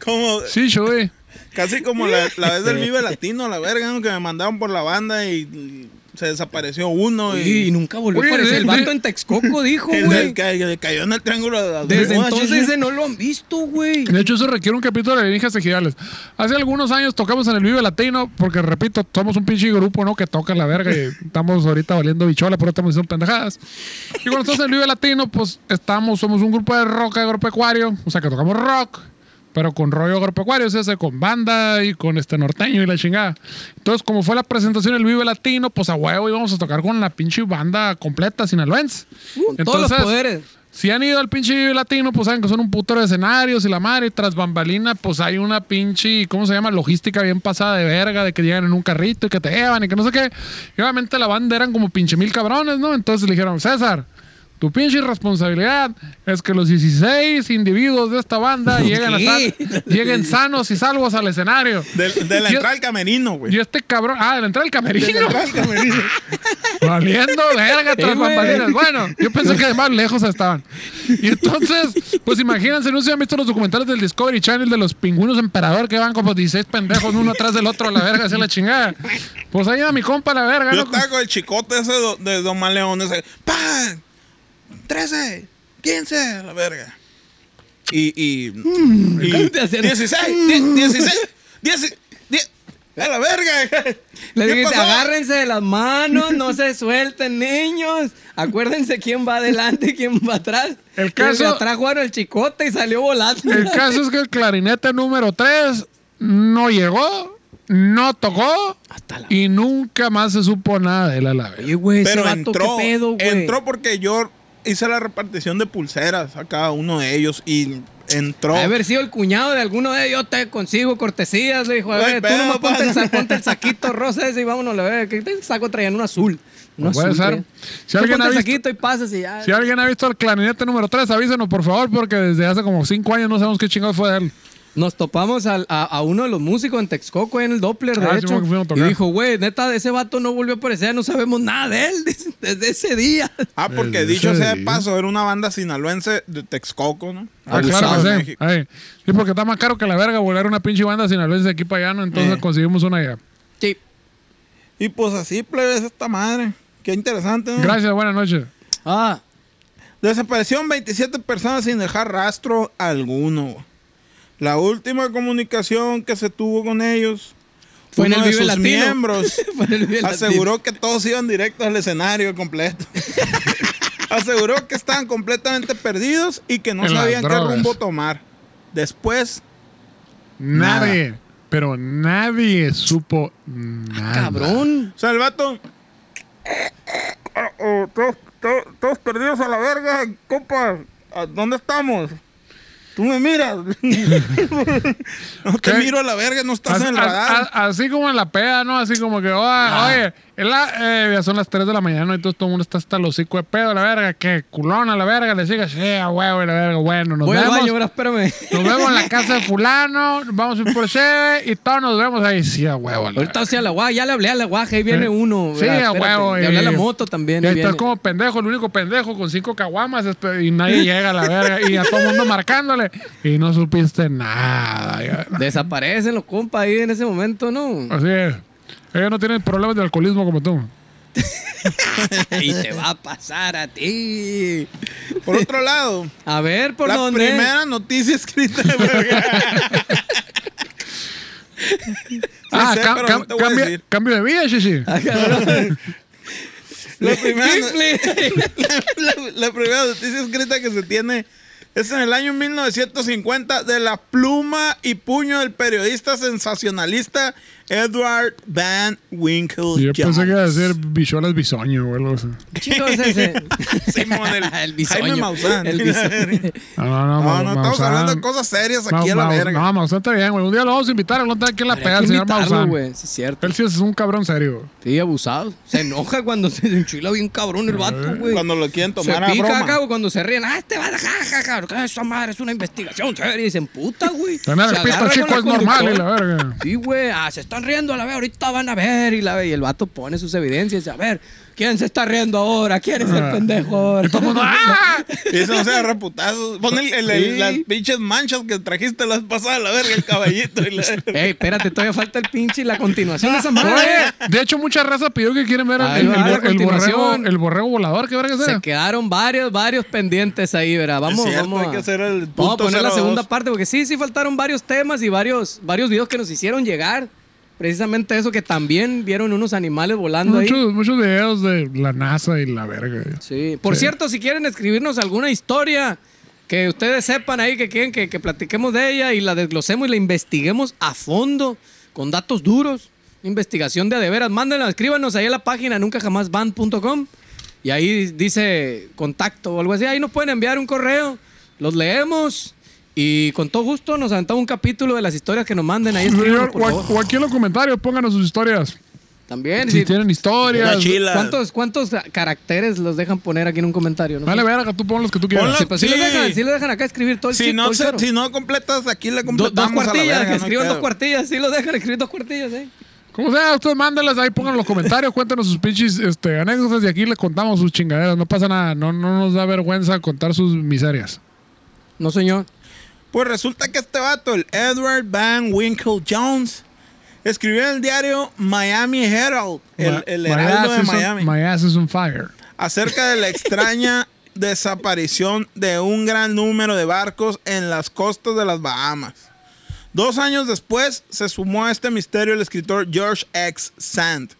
D: Como,
B: Sí, chuy.
D: casi como la, la vez del Vive Latino, a la verga, ¿no? que me mandaron por la banda y, y se desapareció uno.
C: Y
D: Y,
C: nunca volvió
B: Oye,
C: a aparecer. El
B: de- de-
C: vato en Texcoco dijo,
D: el del
C: güey.
D: que, el que cayó en el triángulo de las
C: Desde
D: Bermudas,
C: entonces
D: sí, sí.
C: ese no lo han visto, güey.
B: De hecho, eso requiere un capítulo de alienígenas ejidales. Hace algunos años tocamos en el Vive Latino, porque repito, somos un pinche grupo, ¿no? Que toca la verga y estamos ahorita valiendo bichola, pero estamos haciendo pendejadas. Y cuando estamos en el Vive Latino, pues estamos, somos un grupo de rock agropecuario, o sea, que tocamos rock, pero con rollo agropecuario, o sea, se- con banda y con este norteño y la chingada. Entonces, como fue la presentación en el Vive Latino, pues a huevo íbamos a tocar con la pinche banda completa, sinaloense.
C: Con Todos los
B: Entonces,
C: poderes.
B: si han ido al pinche Vive Latino, pues saben que son un putero de escenarios y la madre. Y tras bambalina, pues hay una pinche, ¿cómo se llama? Logística bien pasada de verga, de que llegan en un carrito y que te llevan y que no sé qué. Y obviamente la banda eran como pinche mil cabrones, ¿no? Entonces le dijeron, César, tu pinche responsabilidad es que los 16 individuos de esta banda lleguen, a
C: ¿Qué?
B: san- lleguen sanos y salvos al escenario.
D: De, de la
B: Yo-
D: entrada al camerino, güey.
B: Y este cabrón, ah, de la entrada del
D: De la
B: camerino.
D: entrada al camerino.
B: Valiendo verga tras
C: Sí, güey.
B: bambalinas. Bueno, yo pensé que más lejos estaban. Y entonces, pues imagínense, no sé si han visto los documentales del Discovery Channel de los pingüinos emperador que van como 16 pendejos uno atrás del otro a la verga, hacia la chingada. Pues ahí va mi compa a la verga,
D: Yo
B: ¿no?
D: estaba con el chicote ese do- de Don Maleón, ese. ¡Pam! 13, 15, la verga. Y. y, y
C: encanta Hmm, hacer-
D: 16, die- 16, 10, 10. ¡A la verga!
C: Le
D: ¿Qué
C: dijiste,
D: pasó?
C: agárrense de las manos, no se suelten, niños. Acuérdense quién va adelante y quién va atrás.
B: El
C: que
B: caso-
C: atrás jugaron el chicote y salió volando.
B: El caso es que el clarinete número 3 no llegó. no tocó
C: Hasta la.
B: y nunca más se supo nada de él a la vez.
C: Oye, güey, ese
D: Pero
C: vato,
D: entró,
C: qué pedo, güey.
D: entró porque yo hice la repartición de pulseras a cada uno de ellos y entró.
C: Ha de haber sido el cuñado de alguno de ellos, te consigo cortesías, le dijo, a
D: No hay
C: ver, tú
D: pedo,
C: nomás ponte el,
D: pasa.
C: sa- ponte el saquito rosa ese y vámonos, le ver, que te saco traían un azul. Un
B: Pues Puede
C: azul,
B: ser.
C: traían.
B: Si
C: Tú
B: alguien
C: ponte
B: ha
C: el
B: visto-
C: saquito y pasas y ya.
B: Si alguien ha visto el clarinete número 3, avísenos por favor, porque desde hace como 5 años no sabemos qué chingado fue de él.
C: Nos topamos al- a, a uno de los músicos en Texcoco, en el Doppler, de
B: Ah, sí, bueno,
C: hecho.
B: que fuimos a
C: y
B: tocar.
C: dijo, güey, neta, ese vato no volvió a aparecer, no sabemos nada de él dice, desde ese día.
D: Ah, porque
B: Ese
D: dicho sea de
B: día.
D: paso, era una banda sinaloense de Texcoco, ¿no?
B: Ah,
C: Abusado,
B: claro
D: de
B: que sí.
D: México.
B: Ay, Sí, porque está más caro que la verga volar una pinche banda sinaloense de aquí para allá, ¿no? Entonces
D: Eh.
B: conseguimos una ya.
C: Sí.
D: Y pues así, plebes, esta madre. Qué interesante, ¿no?
B: Gracias, buenas noches.
C: Ah,
D: Desaparecieron 27 personas sin dejar rastro alguno. La última comunicación que se tuvo con ellos
C: Fue en el
D: uno de
C: Vive
D: sus
C: Latino.
D: miembros
C: fue en el Vive Latino.
D: aseguró que todos iban directos al escenario completo. aseguró que estaban completamente perdidos y que no
B: En las
D: sabían qué
B: drogas.
D: rumbo tomar. Después, Nada. Ah,
B: Nadie, pero nadie supo nada.
C: Ah, Cabrón.
D: o sea, el vato. Ah, oh, todos, todos- todos perdidos a la verga, compa. ¿A ¿Dónde estamos? Tú me miras. no te
B: ¿Qué?
D: miro a la verga, no estás
B: Así,
D: en el
B: a-
D: radar. Ah.
B: a- así como en la peda, ¿no? Así como que, oh, oye, es la- eh, ya son las 3 de la mañana, entonces todo el mundo está hasta los hocico de pedo, la verga, que culón a la verga, le sigue, sí, a huevo, y la verga, bueno, nos
C: Voy al
B: vemos.
C: baño, ahora espérame.
B: Nos vemos en la casa de fulano, vamos a ir por cheve y todos nos vemos ahí. Sí, a huevo. la
C: Ahorita sí a la guaja, ya le hablé a la guaja, ahí viene
B: Sí.
C: uno.
B: Eh, Sí,
C: ¿verdad?
B: a
C: Espérate,
B: huevo,
C: Le hablé a la
B: y-
C: moto también.
B: Y
C: ahí
B: ahí estás
C: viene.
B: como pendejo, el único pendejo con cinco caguamas espe- y nadie llega a la verga y a todo el mundo marcándole y no supiste nada. ya.
C: Desaparecen los compas ahí en ese momento, ¿no?
B: Así es. Ellos no tienen problemas de alcoholismo como tú.
C: y te va a pasar a ti.
D: Por otro lado,
C: A ver, ¿por
D: la
C: dónde?
D: primera noticia escrita de verga.
B: ah,
D: sé,
B: cam-
D: pero
B: cam-
D: no te voy a
B: cambio-
D: decir.
B: cambio de vida, Shishi.
C: Ah, cabrón.
D: La primera,
C: Rifle.
D: la, la primera noticia escrita que se tiene es en el año 1950 de la pluma y puño del periodista sensacionalista Edward Van Winkle
B: Yo
D: Jones.
B: pensé que iba a decir bicholas bisoño o algo así.
C: Chico es ese.
D: Simón, el,
C: bisoño.
D: Jaime Maussan.
C: El bisoño.
B: No, no, no.
D: No,
B: Ma-
D: no, estamos
B: Maussan-
D: hablando de cosas serias aquí a la
B: Ma- Maus-
D: verga.
B: No, Maussan está bien, güey. Un día lo vamos a invitar, lo vamos a tener aquí en la
C: Habría
B: peda,
C: que
B: el señor
C: invitarlo,
B: Maussan.
C: güey, sí es cierto.
B: Él sí es un cabrón serio.
C: Sí, abusado. Se enoja cuando se enchila bien cabrón el
B: Eh.
C: vato, güey.
D: Cuando lo quieren
C: se
D: tomar a
C: pica
D: broma.
C: acá, güey, cuando se ríen. Ah, este va de jajaja, cabrón. que Esa madre es una investigación seria. Y se emputa, güey.
B: Tener
C: Se
B: el pito
C: agarra con
B: chico
C: la
B: es normal y la
C: conductora.
B: verga.
C: Sí, güey, ah, se están riendo a la vez, ahorita van a ver y la ve. Y el vato pone sus evidencias. A ver, ¿quién se está riendo ahora? ¿Quién es el pendejo ahora?
B: Ah. Todo el mundo, ¡ah!
D: Y eso no sea reputazo. Pon el- el- el-
C: Sí.
D: las pinches manchas que trajiste las pasadas, la verga, el caballito. Y la-
C: Ey, espérate, todavía falta el pinche y la continuación de esa madre.
B: Oye, de hecho, mucha raza pidió que quieren ver el,
C: Ahí
B: el-
C: va,
B: el
C: la
B: bor- el borrego,
C: continuación.
B: el borrego volador. ¿Qué verga
C: Se
B: será?
C: quedaron varios, varios pendientes ahí, ¿verdad? Vamos,
D: Es cierto,
C: vamos.
D: hay que hacer el
C: vamos a
D: punto
C: poner la
D: 02.
C: segunda parte, porque sí, sí faltaron varios temas y varios, varios videos que nos hicieron llegar. Precisamente eso, que también vieron unos animales volando ahí.
B: Muchos, muchos videos de la NASA y la verga.
C: Sí. Por cierto, si quieren escribirnos alguna historia que ustedes sepan ahí, que quieren que, que platiquemos de ella y la desglosemos y la investiguemos a fondo, con datos duros, investigación de a de veras, mándenla, escríbanos ahí a la página nuncajamásband.com y ahí dice contacto o algo así. Ahí nos pueden enviar un correo, los leemos y con todo gusto nos aventamos un capítulo de las historias que nos manden ahí. escríbanos,
B: Señor,
C: este, por
B: o,
C: favor.
B: o aquí en los comentarios pónganos sus historias.
C: También,
B: Si
C: si-
B: tienen historias.
D: Una chila.
C: ¿cuántos, ¿cuántos caracteres los dejan poner aquí en un comentario? No sé.
B: Dale verga, tú pon los que tú
D: Ponlas.
B: quieras.
C: Sí, pues sí,
D: Sí.
C: lo dejan, sí lo dejan acá escribir todo el
D: Si
C: chip, todo
D: no,
C: el
D: se-
C: choro.
D: si no completas, aquí
C: Do-
D: la
C: dos
D: completamos a la
C: cuartillas,
D: verga,
C: que
D: no hay
C: escriban dos
D: pedo.
C: cuartillas, sí lo dejan escribir dos cuartillas, eh.
B: Como sea, ustedes mándenlas ahí, pónganlo en los comentarios, cuéntenos sus pinches este, anécdotas y aquí les contamos sus chingaderas. No pasa nada, no, no nos da vergüenza contar sus miserias.
C: No, señor.
D: Pues resulta que este vato, el Edward Van Winkle Jones, escribió en el diario Miami Herald, el,
B: Ma-
D: el
B: my
D: heraldo
B: ass
D: de
B: is on-
D: Miami,
B: my ass is on fire.
D: acerca de la extraña desaparición de un gran número de barcos en las costas de las Bahamas. Dos años después se sumó a este misterio el escritor George X. Sand,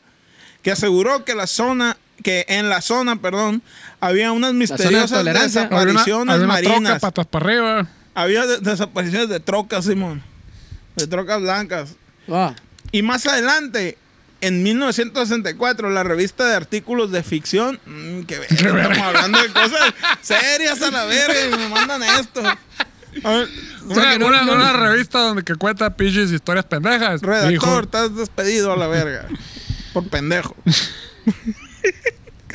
D: que aseguró que la zona que en la zona, perdón, había unas misteriosas
C: tolerancia. Había
B: Había una-
D: desapariciones
B: había una troca,
D: marinas.
B: patas para arriba.
D: Había de- desapariciones de trocas, Simón. De trocas blancas.
C: Ah,
D: Y más adelante, en 1964, la revista de artículos de ficción. mm, que ver- estamos hablando de cosas serias a la verga y me mandan esto. A ver,
B: Una,
D: que no-
B: una-
D: no-
B: una revista donde que cuenta pinches historias pendejas. Dijo,
D: Redactor, estás despedido a la verga. Por pendejo.
C: Co-
D: Este-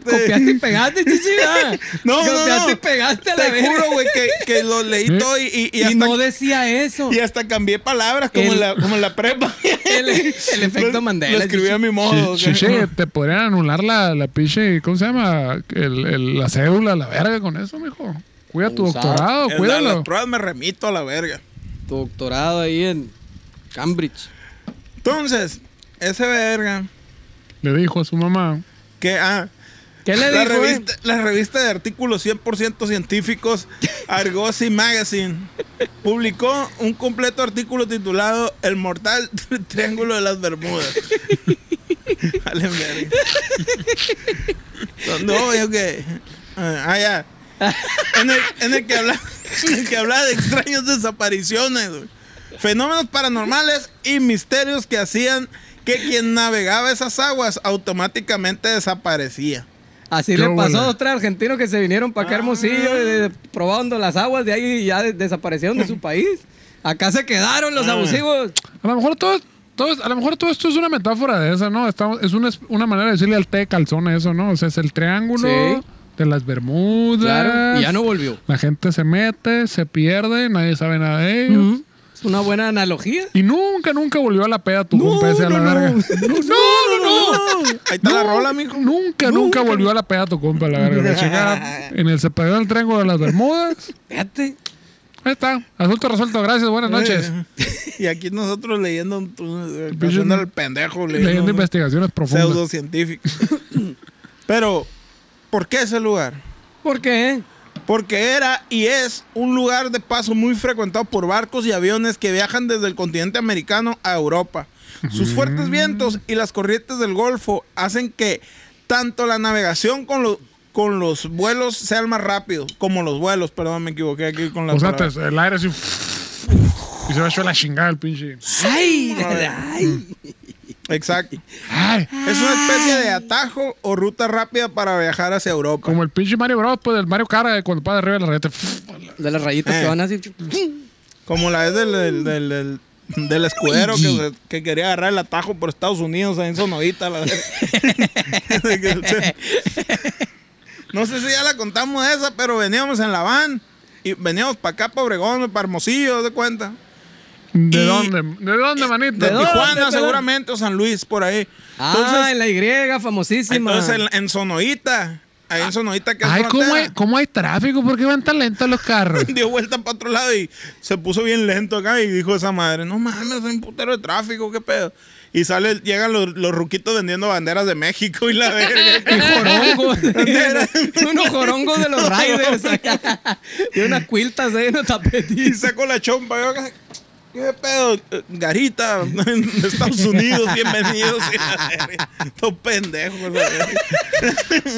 C: Copiaste y pegaste, chichida.
D: No, no,
C: Copiaste
D: no.
C: y pegaste a la
D: Te
C: vez.
D: juro, güey, que, que lo leí todo y, y- y
C: Y,
D: hasta,
C: no decía eso.
D: y hasta cambié palabras como,
C: El-
D: en, la, como en la prepa.
C: El, el efecto
D: Lo-
C: Mandela.
D: Lo escribí a mi modo.
B: "Chi- chiche,
D: que-
B: te podrían anular la, la pinche, ¿cómo se llama? El- el- la cédula, la verga con eso, mijo. Cuida tu
C: Usado.
B: doctorado,
D: en la-
B: cuídalo.
D: las pruebas me remito a la verga.
C: chichi. Tu doctorado ahí en Cambridge.
D: Entonces, ese verga
B: Le dijo a su mamá.
D: que... Ah,
C: ¿Qué le
D: la,
C: dijo? eh?
D: revista, la revista de artículos 100% científicos Argosy Magazine publicó un completo artículo titulado El mortal tri- triángulo de las Bermudas. Vale, verga. ¿Dónde voy o qué? Ah, ah, ya. En el, en el que habla, en el que hablaba de extrañas desapariciones, güey. fenómenos paranormales y misterios que hacían que quien navegaba esas aguas automáticamente desaparecía.
C: Así
B: Qué
C: le pasó
B: bola.
C: a dos, tres argentinos que se vinieron para acá Hermosillo,
D: Ah.
C: de- de- probando las aguas de ahí y ya de- desaparecieron de su país. Acá se quedaron los
D: Ah.
C: abusivos.
B: A lo mejor todo, todo- a lo mejor todo esto es una metáfora de esa, ¿no? Estamos, es una, es una manera de decirle al té de calzón eso, ¿no? O sea, es el triángulo
C: Sí.
B: de las Bermudas.
C: Claro, y ya no volvió.
B: La gente se mete, se pierde, nadie sabe nada de ellos.
C: Ujú. Es una buena analogía.
B: Y nunca, nunca volvió a la peda tu
C: No,
B: compa ese a la
C: no,
B: verga.
C: no.
B: No, no, no.
D: Ahí está la rola, mijo.
B: Nunca, nunca, volvió a la peda tu compa a la verga. La chingada, en el separador del triángulo de las Bermudas.
C: Fíjate.
B: Ahí está. Asunto resuelto. Gracias.
D: Eh,
B: Buenas noches.
D: Y aquí nosotros leyendo, un- tú-
B: Pinche-
D: haciendo el pendejo,
B: Leyendo
D: leyendo, un
B: investigaciones profundas.
D: pseudocientífico. Pero, ¿por qué ese lugar?
C: ¿Por qué?
D: Porque era y es un lugar de paso muy frecuentado por barcos y aviones que viajan desde el continente americano a Europa. Sus
B: Mm.
D: fuertes vientos y las corrientes del Golfo hacen que tanto la navegación con los, con los vuelos sean más rápidos, como los vuelos, perdón, me equivoqué aquí con la
B: O sea, te- el aire así. Y se va a echar la chingada el pinche.
C: ¡Ay!
D: Exacto.
B: Ay,
D: Es una especie de atajo o ruta rápida para viajar hacia Europa.
B: como el pinche Mario Bros. Pues del Mario Cara de cuando pasa arriba de la reta.
C: De las rayitas
D: Eh.
C: que van así.
D: Como la vez del, del, del, del- del escudero que, se- que quería agarrar el atajo por Estados Unidos ahí en Sonorita. la verga. no sé si ya la contamos esa, pero veníamos en la van. Y veníamos para acá, para Obregón, para Hermosillo, de cuenta.
B: ¿De
D: Y-
B: dónde? ¿De dónde, manito?
D: De
C: ¿De dónde,
D: Tijuana,
C: pelón?
D: seguramente, o San Luis, por ahí.
C: ah, en
D: Entonces,
C: la Y, famosísima.
D: entonces en, en Sonorita, ahí
C: Ah.
D: en Sonorita que es
B: Ay, ¿cómo
D: frontera.
B: hay, ¿cómo hay tráfico? ¿Por qué van tan lentos los carros?
D: dio vuelta para otro lado y se puso bien lento acá y dijo esa madre, no mames, hay un putero de tráfico, qué pedo. Y sale, llegan los, los ruquitos vendiendo banderas de México y la verga.
C: Y jorongos. unos jorongos de los Riders. y unas cuiltas ahí en los
D: y
C: tapetis.
D: sacó la chompa. yo acá, ¿Qué pedo? Garita, de Estados Unidos, bienvenidos. Y la verga. Estos pendejos. la verga.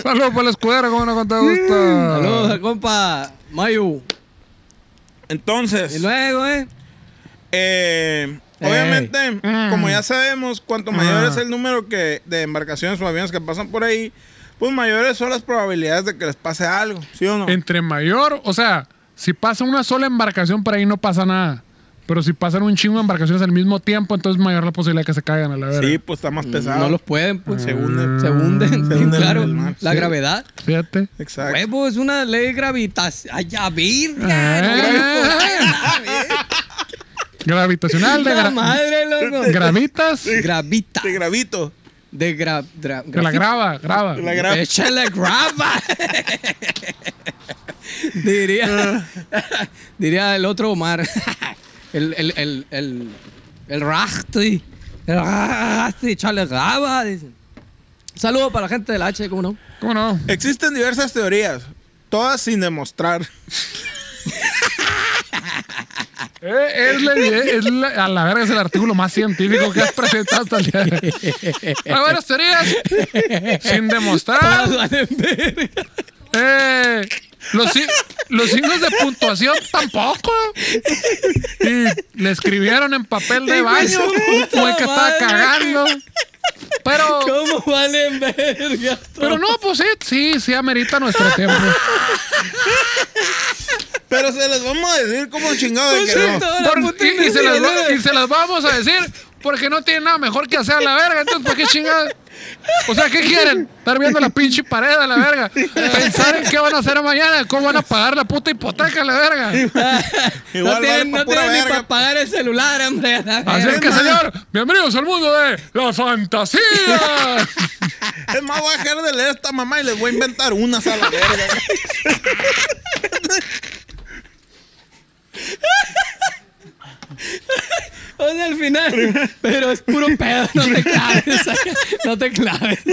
B: Saludos para la escuadra, como no con todo gusto.
C: Saludos, compa. Mayu. Y
D: Entonces,
C: luego, ¿eh?
D: eh,
C: Ey.
D: obviamente,
B: Mm.
D: como ya sabemos, cuanto mayor
B: Ah.
D: es el número que, de embarcaciones o aviones que pasan por ahí, pues mayores son las probabilidades de que les pase algo, ¿sí o no?
B: Entre mayor, o sea, si pasa una sola embarcación por ahí no pasa nada. Pero si pasan un chingo de embarcaciones al mismo tiempo, entonces mayor la posibilidad de que se caigan a la verga.
D: Sí, pues está más pesado.
C: No los pueden, pues.
D: Se hunden.
C: Se hunden.
D: Se
C: sí,
D: hunden
C: claro.
D: en el mar,
C: La
D: sí.
C: gravedad.
B: Fíjate.
D: Exacto.
C: Huevo, es una ley gravitacional. ¡Ay, ya, virga! no,
B: Eh. Gravitacional de
C: ¡La
B: gra-
C: madre, loco!
B: gravitas
C: Gravita.
D: Te gravito.
C: De gra... dra-
B: de la
C: grafita.
B: grava, grava.
D: La grava.
C: Échale grava. diría,
D: Ah.
C: diría el otro Omar. el, el, el, el, el Rasti. El Rasti, échale grava. dicen. Saludos para la gente del H, ¿cómo no?
B: ¿Cómo no?
D: Existen diversas teorías, todas sin demostrar.
B: Eh, es la, es la- a la verga es el artículo más científico que has presentado hasta el día de hoy. Hay varias teorías sin demostrar.
C: Todas valen verga.
B: Eh, los, ci- los signos de puntuación tampoco. Y le escribieron en papel de
C: Hijo de
B: baño.
C: su
B: Un
C: puta
B: güey que estaba
C: madre.
B: cagando. Pero,
C: ¿Cómo valen verga?
B: pero no, pues sí, sí, sí amerita nuestro tiempo.
D: Pero se les vamos a decir como chingado de
C: Pues
D: que
C: sí,
D: no.
C: toda la
B: Por-
C: puta
B: y, y se las, va-
C: imbécil.
B: y se las vamos a decir porque no tiene nada mejor que hacer a la verga. Entonces, ¿por qué chingados? O sea, ¿qué quieren? Estar viendo la pinche pared a la verga. Pensar en qué van a hacer mañana, cómo van a pagar la puta hipoteca a la verga.
D: Igual
C: no tienen,
D: vale pa'
C: no
D: pura
C: tienen ni
D: verga.
C: para pagar el celular, hombre. a la
B: Así es
C: verga.
B: que, señor, bienvenidos al mundo de la fantasía.
D: Es más, voy a dejar de leer esta mamá y les voy a inventar unas a la verga.
C: O sea, al final. Pero es puro pedo, no te claves. No te claves.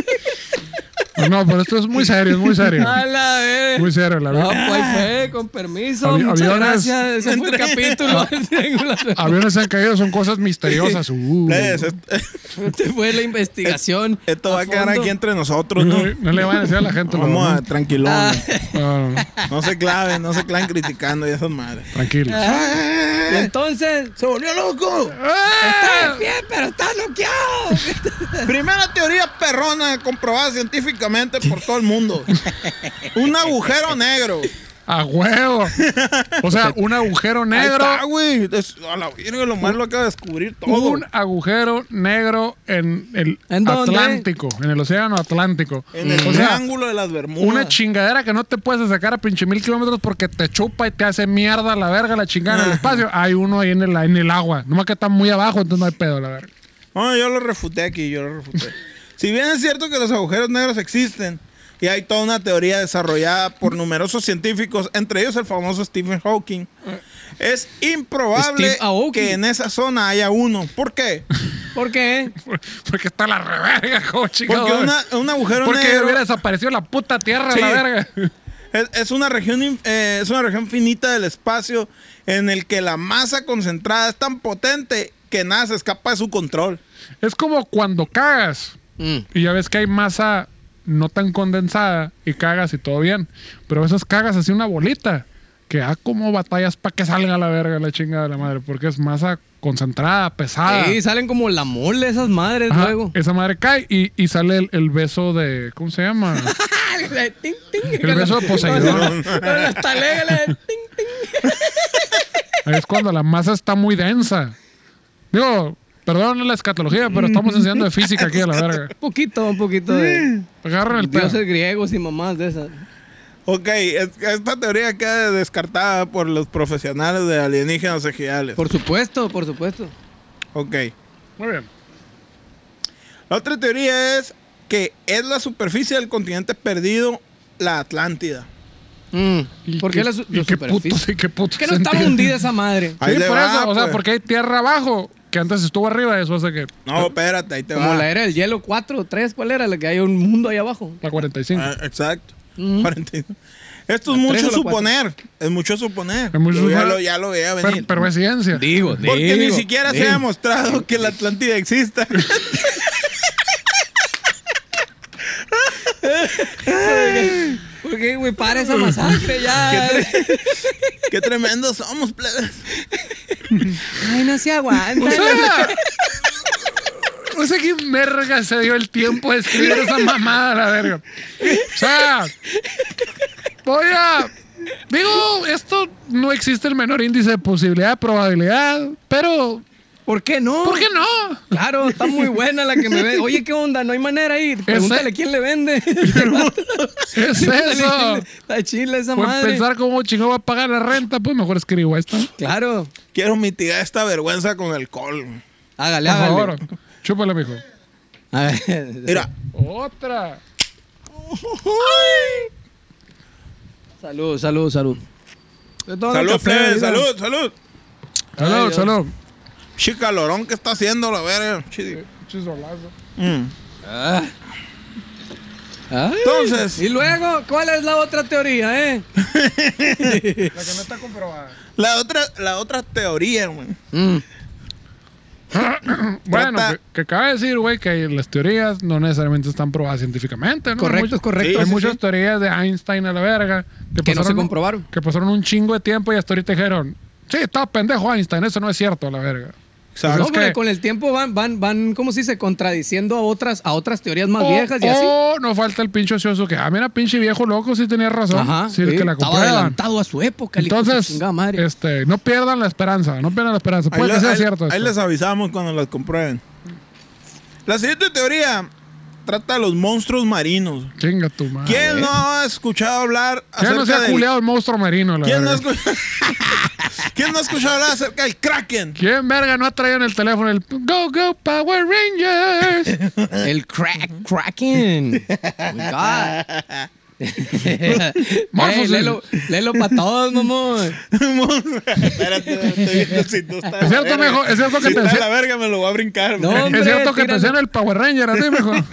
B: No, pero esto es muy serio, es muy serio.
C: A la verga.
B: Muy serio, la
C: No,
B: verdad.
C: pues
D: Ah.
C: ahí fue, con permiso.
B: Avi-
C: Muchas
B: aviones.
C: gracias. Ese fue el capítulo del Triángulo.
B: Aviones han caído, son cosas misteriosas. Uh.
D: Les, es-
C: Este fue la investigación.
D: esto va a quedar
C: fondo.
D: aquí entre nosotros, ¿no?
B: No, no le van a decir a la gente. por
D: Vamos a
B: favor.
D: tranquilón.
C: Ah,
B: No, no, no,
D: No se claven, no se claven criticando y esas madres.
B: tranquilos.
C: y Ah. entonces.
D: ¡Se volvió loco! Ah.
C: Está bien, pero está noqueado.
D: Primera teoría perrona comprobada científicamente por todo el mundo. Un agujero negro.
B: A huevo. O sea, un agujero
D: Ahí
B: negro.
D: está, güey. Es- A la virgen, lo malo lo acaba de descubrir todo.
B: Un agujero negro en el
C: ¿En dónde?
B: Atlántico, en el océano Atlántico.
D: En el
B: o sea,
D: triángulo de las Bermudas.
B: una chingadera que no te puedes sacar a pinche mil kilómetros porque te chupa y te hace mierda la verga la chingada
D: Ah.
B: en el espacio. Hay uno ahí en el, en el agua. Nomás que está muy abajo, entonces no hay pedo, la verga.
D: No, yo lo refuté aquí, yo lo refuté. si bien es cierto que los agujeros negros existen, y hay toda una teoría desarrollada por numerosos científicos, entre ellos el famoso Stephen Hawking, es improbable
C: Steve Aoki.
D: que en esa zona haya uno. ¿Por qué?
C: ¿Por qué?
B: Porque está la reverga, como chingado.
D: Porque una- un agujero
B: Porque
D: negro
B: hubiera desaparecido la puta tierra,
D: Sí.
B: la verga.
D: es, es una región, in- eh, es una región finita del espacio en el que la masa concentrada es tan potente que nada se escapa de su control.
B: Es como cuando cagas.
D: Mm.
B: Y ya ves que hay masa no tan condensada y cagas y todo bien. Pero a veces cagas así una bolita. Que ah, como batallas para que salga la verga la chinga de la madre. Porque es masa concentrada, pesada.
C: Sí, salen como la mole esas madres
B: Ah. Ajá,
C: luego.
B: Esa madre cae y, y sale el, el beso de. ¿Cómo se llama?
C: Ah, Ting, ting.
B: El beso de Poseidón.
C: Con las talegas, la- ting, ting.
B: Ahí es cuando la masa está muy densa. Digo, perdón la escatología, pero estamos enseñando de física aquí a la verga.
C: Un poquito, un poquito de
B: Agarran el pedo.
C: dioses griegos y mamás de esas.
D: Ok, es- esta teoría queda descartada por los profesionales de alienígenas ejidales.
C: Por supuesto, por supuesto.
D: Ok.
B: Muy bien.
D: La otra teoría es que es la superficie del continente perdido, la Atlántida.
C: Mm.
B: ¿Y
C: ¿Por qué la, su-
B: y
C: la
B: qué
C: superficie?
B: puto- y qué puto
C: ¿Por qué no está
B: sentido?
C: hundida esa madre?
D: Ahí
B: sí,
D: le
B: por
D: va,
B: eso, o sea,
D: pues.
B: porque hay tierra abajo que antes estuvo arriba, eso hace que
D: No, espérate, ahí te
C: Ah, Como
D: va.
C: la E. era del hielo 4 o 3, ¿cuál era? La que hay un mundo ahí abajo.
B: la 45.
D: Ah, exacto.
C: Ujú.
D: 41. Esto es
C: La tres
D: mucho
C: o la cuatro.
D: suponer. Es mucho suponer.
B: Es mucho
D: Yo ya,
B: suponer.
D: lo, ya lo veía
B: pero,
D: venir.
B: pero es ciencia.
C: Digo, digo.
D: Porque ni siquiera se ha
C: digo.
D: demostrado que la Atlántida exista.
C: ¿Por qué, güey? Para esa masacre ya.
D: Qué tremendos somos, plebes.
C: Ay, no se aguanta.
B: O sea, o sea, qué verga se dio el tiempo de escribir esa mamada, la verga. O sea, voy a. Digo, esto no existe el menor índice de posibilidad, probabilidad, pero
C: ¿Por qué no?
B: ¿por qué no?
C: Claro, está muy buena la que me vende. Oye, ¿qué onda? No hay manera ahí. Pregúntale quién le vende.
B: Es eso.
C: Está chila esa
B: Por
C: madre.
B: pensar cómo chingo va a pagar la renta, pues mejor escribo esto.
C: Claro.
D: Quiero mitigar esta vergüenza con alcohol.
C: Hágale,
B: Por
C: hágale.
B: favor, chúpale, mijo.
C: A ver.
D: Mira,
B: Otra.
C: Salud, salud, salud. Yo tomo
D: salud,
C: café,
D: plebes,
C: digo.
D: salud, salud.
C: Ay,
B: Salud,
C: Dios.
B: salud.
D: Che calorón que está haciendo la verga. Chidi.
B: Chisolazo.
D: Mm.
C: Ay.
D: Entonces-
C: Y luego, ¿cuál es la otra teoría, eh?
B: La que no está comprobada.
D: Mm. La otra, la otra teoría, güey.
B: Bueno,
D: Trata-
B: que, que cabe decir, güey, que las teorías no necesariamente están probadas científicamente, ¿no?
C: Correcto,
B: Muchas-
C: correcto,
B: Hay
D: sí,
B: muchas
D: sí.
B: teorías de Einstein a la verga.
C: Que no se comprobaron.
B: Que pasaron un chingo de tiempo y hasta ahorita dijeron, sí, estaba pendejo Einstein, eso no es cierto a la verga.
D: Exacto.
C: No,
B: Es
C: porque
B: que-
C: con el tiempo van, van, van, ¿cómo se dice? Contradiciendo a otras, a otras teorías más
B: o,
C: viejas y así.
B: o no falta el pinche ocioso que, ah, mira, pinche viejo loco, sí tenía razón. oh. sí, el
C: sí,
B: que la
C: estaba
B: comprueban.
C: adelantado a su época. el hijo de su
B: Entonces,
C: chingada madre.
B: este, no pierdan la esperanza, no pierdan la esperanza.
D: Ahí,
B: Puede que
D: les-
B: sea
D: ahí-
B: cierto.
D: ahí
B: esto.
D: les avisamos cuando las comprueben. La siguiente teoría trata a los monstruos marinos.
B: Chinga tu madre.
D: ¿Quién no ha escuchado hablar
B: ¿Quién Ah, no se
D: acerca
B: ha
D: del-
B: culeado el monstruo marino? La
D: ¿Quién no, ha
B: verga?
D: escuchado... ¿Quién no ha escuchado hablar acerca del Kraken?
B: ¿Quién verga no ha traído en el teléfono el Go Go Power Rangers?
C: El crack, cracking. Oh my God. Ey,
B: Morphosis.
C: léelo, léelo para todos, mamón.
D: Espérate, estoy viendo si tú estás.
B: Es cierto,
D: verga.
B: mijo, es cierto que
D: si
B: te
D: está
B: ense-
D: la verga, me lo voy a brincar.
C: No,
D: güey.
C: Hombre,
B: es cierto que te
C: tíralo.
B: hacían el Power Ranger, así mejor.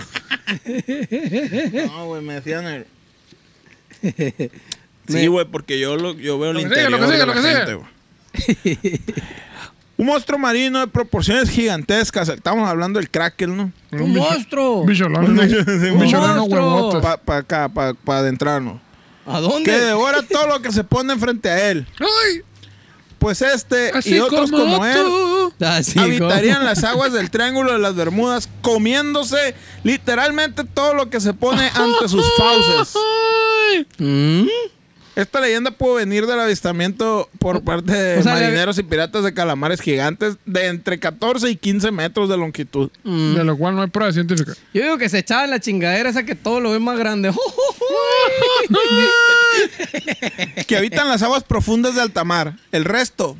D: No, güey, me decían el. Sí, güey, porque yo, lo, yo veo el
B: Lo que sigue,
D: interior
B: lo que sigue,
D: de
B: lo
D: la
B: que sigue.
D: gente, güey. Un monstruo marino de proporciones gigantescas. Estamos hablando del Kraken, ¿no?
C: Un monstruo.
B: Un bicholón, ¿no?
D: Un
B: un bicholón
C: Oh. monstruo.
B: huevote.
D: Para acá, para adentrarnos.
C: ¿A
D: Que
C: dónde?
D: devora todo lo que se pone frente a él.
B: Ay,
D: Pues este
B: así
D: y otros
B: como,
D: como él
B: tú.
C: Así,
D: habitarían
C: ¿cómo?
D: las aguas del Triángulo de las Bermudas, comiéndose literalmente todo lo que se pone ante sus fauces.
B: Ay.
C: Mm.
D: Esta leyenda pudo venir del avistamiento por parte de
C: o sea, le-
D: marineros y piratas de calamares gigantes de entre 14 y 15 metros de longitud.
B: De lo cual no hay prueba científica.
C: Yo digo que se echaban la chingadera esa que todo lo ve más grande.
D: Que habitan las aguas profundas de alta mar. El resto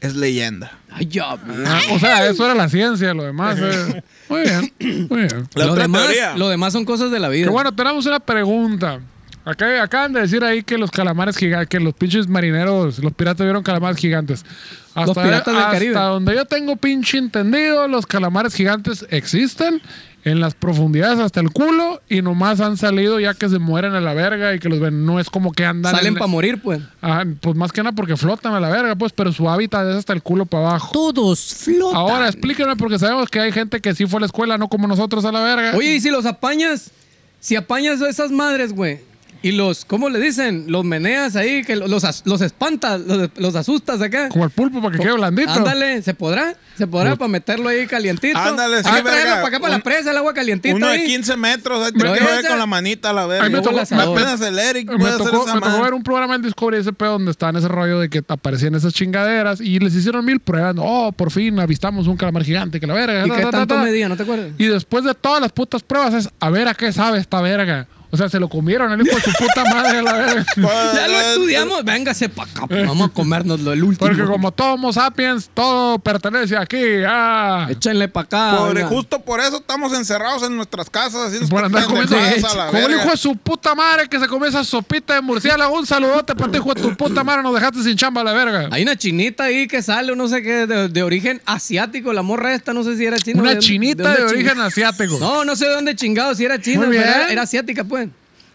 D: es leyenda.
C: Ay, ya, man.
B: Ah, o sea, eso era la ciencia, lo demás. eh. Muy bien, muy bien.
D: La
C: lo,
D: otra
C: demás,
D: teoría.
C: lo demás son cosas de la vida.
B: Que bueno, tenemos una pregunta. Acá, acaban de decir ahí que los calamares gigantes, que los pinches marineros, los piratas vieron calamares gigantes. Hasta,
C: piratas del
B: hasta
C: Caribe.
B: donde yo tengo pinche entendido, los calamares gigantes existen en las profundidades hasta el culo y nomás han salido ya que se mueren a la verga y que los ven. No es como que andan. en-
C: Salen para morir, pues.
B: Ajá, pues más que nada porque flotan a la verga, pues, pero su hábitat es hasta el culo para abajo.
C: Todos flotan.
B: Ahora explíquenme porque sabemos que hay gente que sí fue a la escuela, no como nosotros a la verga.
C: Oye, y si los apañas, si apañas a esas madres, güey, y los, ¿cómo le dicen? Los meneas ahí, que los, as- los espantas, los, los asustas acá.
B: Como el pulpo para que quede blandito.
C: Ándale, ¿se podrá? ¿Se podrá para meterlo ahí calientito?
D: Ándale, sí,
C: Hay que traerlo
D: verga.
C: para acá, para
D: Un-
C: la presa, el agua calientita
D: Uno de
C: ahí.
D: 15 metros, ahí
B: Me-
D: tiene que
B: me-
D: ver con la manita a la verga.
B: Ay, me
D: Luego
B: tocó-
D: las
B: me-
D: apenas el Eric
B: Me
D: puede hacer
B: tocó,
D: esa
B: me tocó
D: madre.
B: ver un programa en Discovery SP donde estaban ese rollo de que aparecían esas chingaderas y les hicieron mil pruebas. Oh, por fin avistamos un calamar gigante, que la verga.
C: ¿Y
B: ta,
C: qué
B: ta, ta,
C: tanto
B: ta.
C: medía? ¿No te acuerdas?
B: Y después de todas las putas pruebas es a ver a qué sabe esta verga. O sea, se lo comieron el hijo de su puta madre, la verga.
C: Ya lo estudiamos. Véngase para acá. pues, Vamos a comérnoslo el último.
B: Porque como todo Homo sapiens, todo pertenece aquí. Ah.
C: Échenle para acá.
D: Pobre,
C: oiga.
D: justo por eso estamos encerrados en nuestras casas haciendo
B: Por andar comiendo.
D: pendejadas a la
B: Como el
D: verga.
B: hijo de su puta madre que se comió esa sopita de murciélago. Un saludote para ti, hijo de tu puta madre. Nos dejaste sin chamba, la verga.
C: Hay una chinita ahí que sale, no sé qué, de, de origen asiático. La morra esta, no sé si era china.
B: Una
C: ¿de dónde-
B: chinita
C: dónde
B: de
C: ching-
B: origen asiático.
C: No, no sé de dónde chingado, si era china,
B: Muy bien.
C: pero era, era asiática, pues.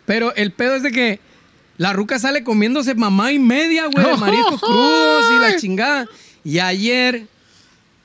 C: Pero el pedo es de que la ruca sale comiéndose mamá y media, güey, de mariscos crudos y la chingada. Y ayer,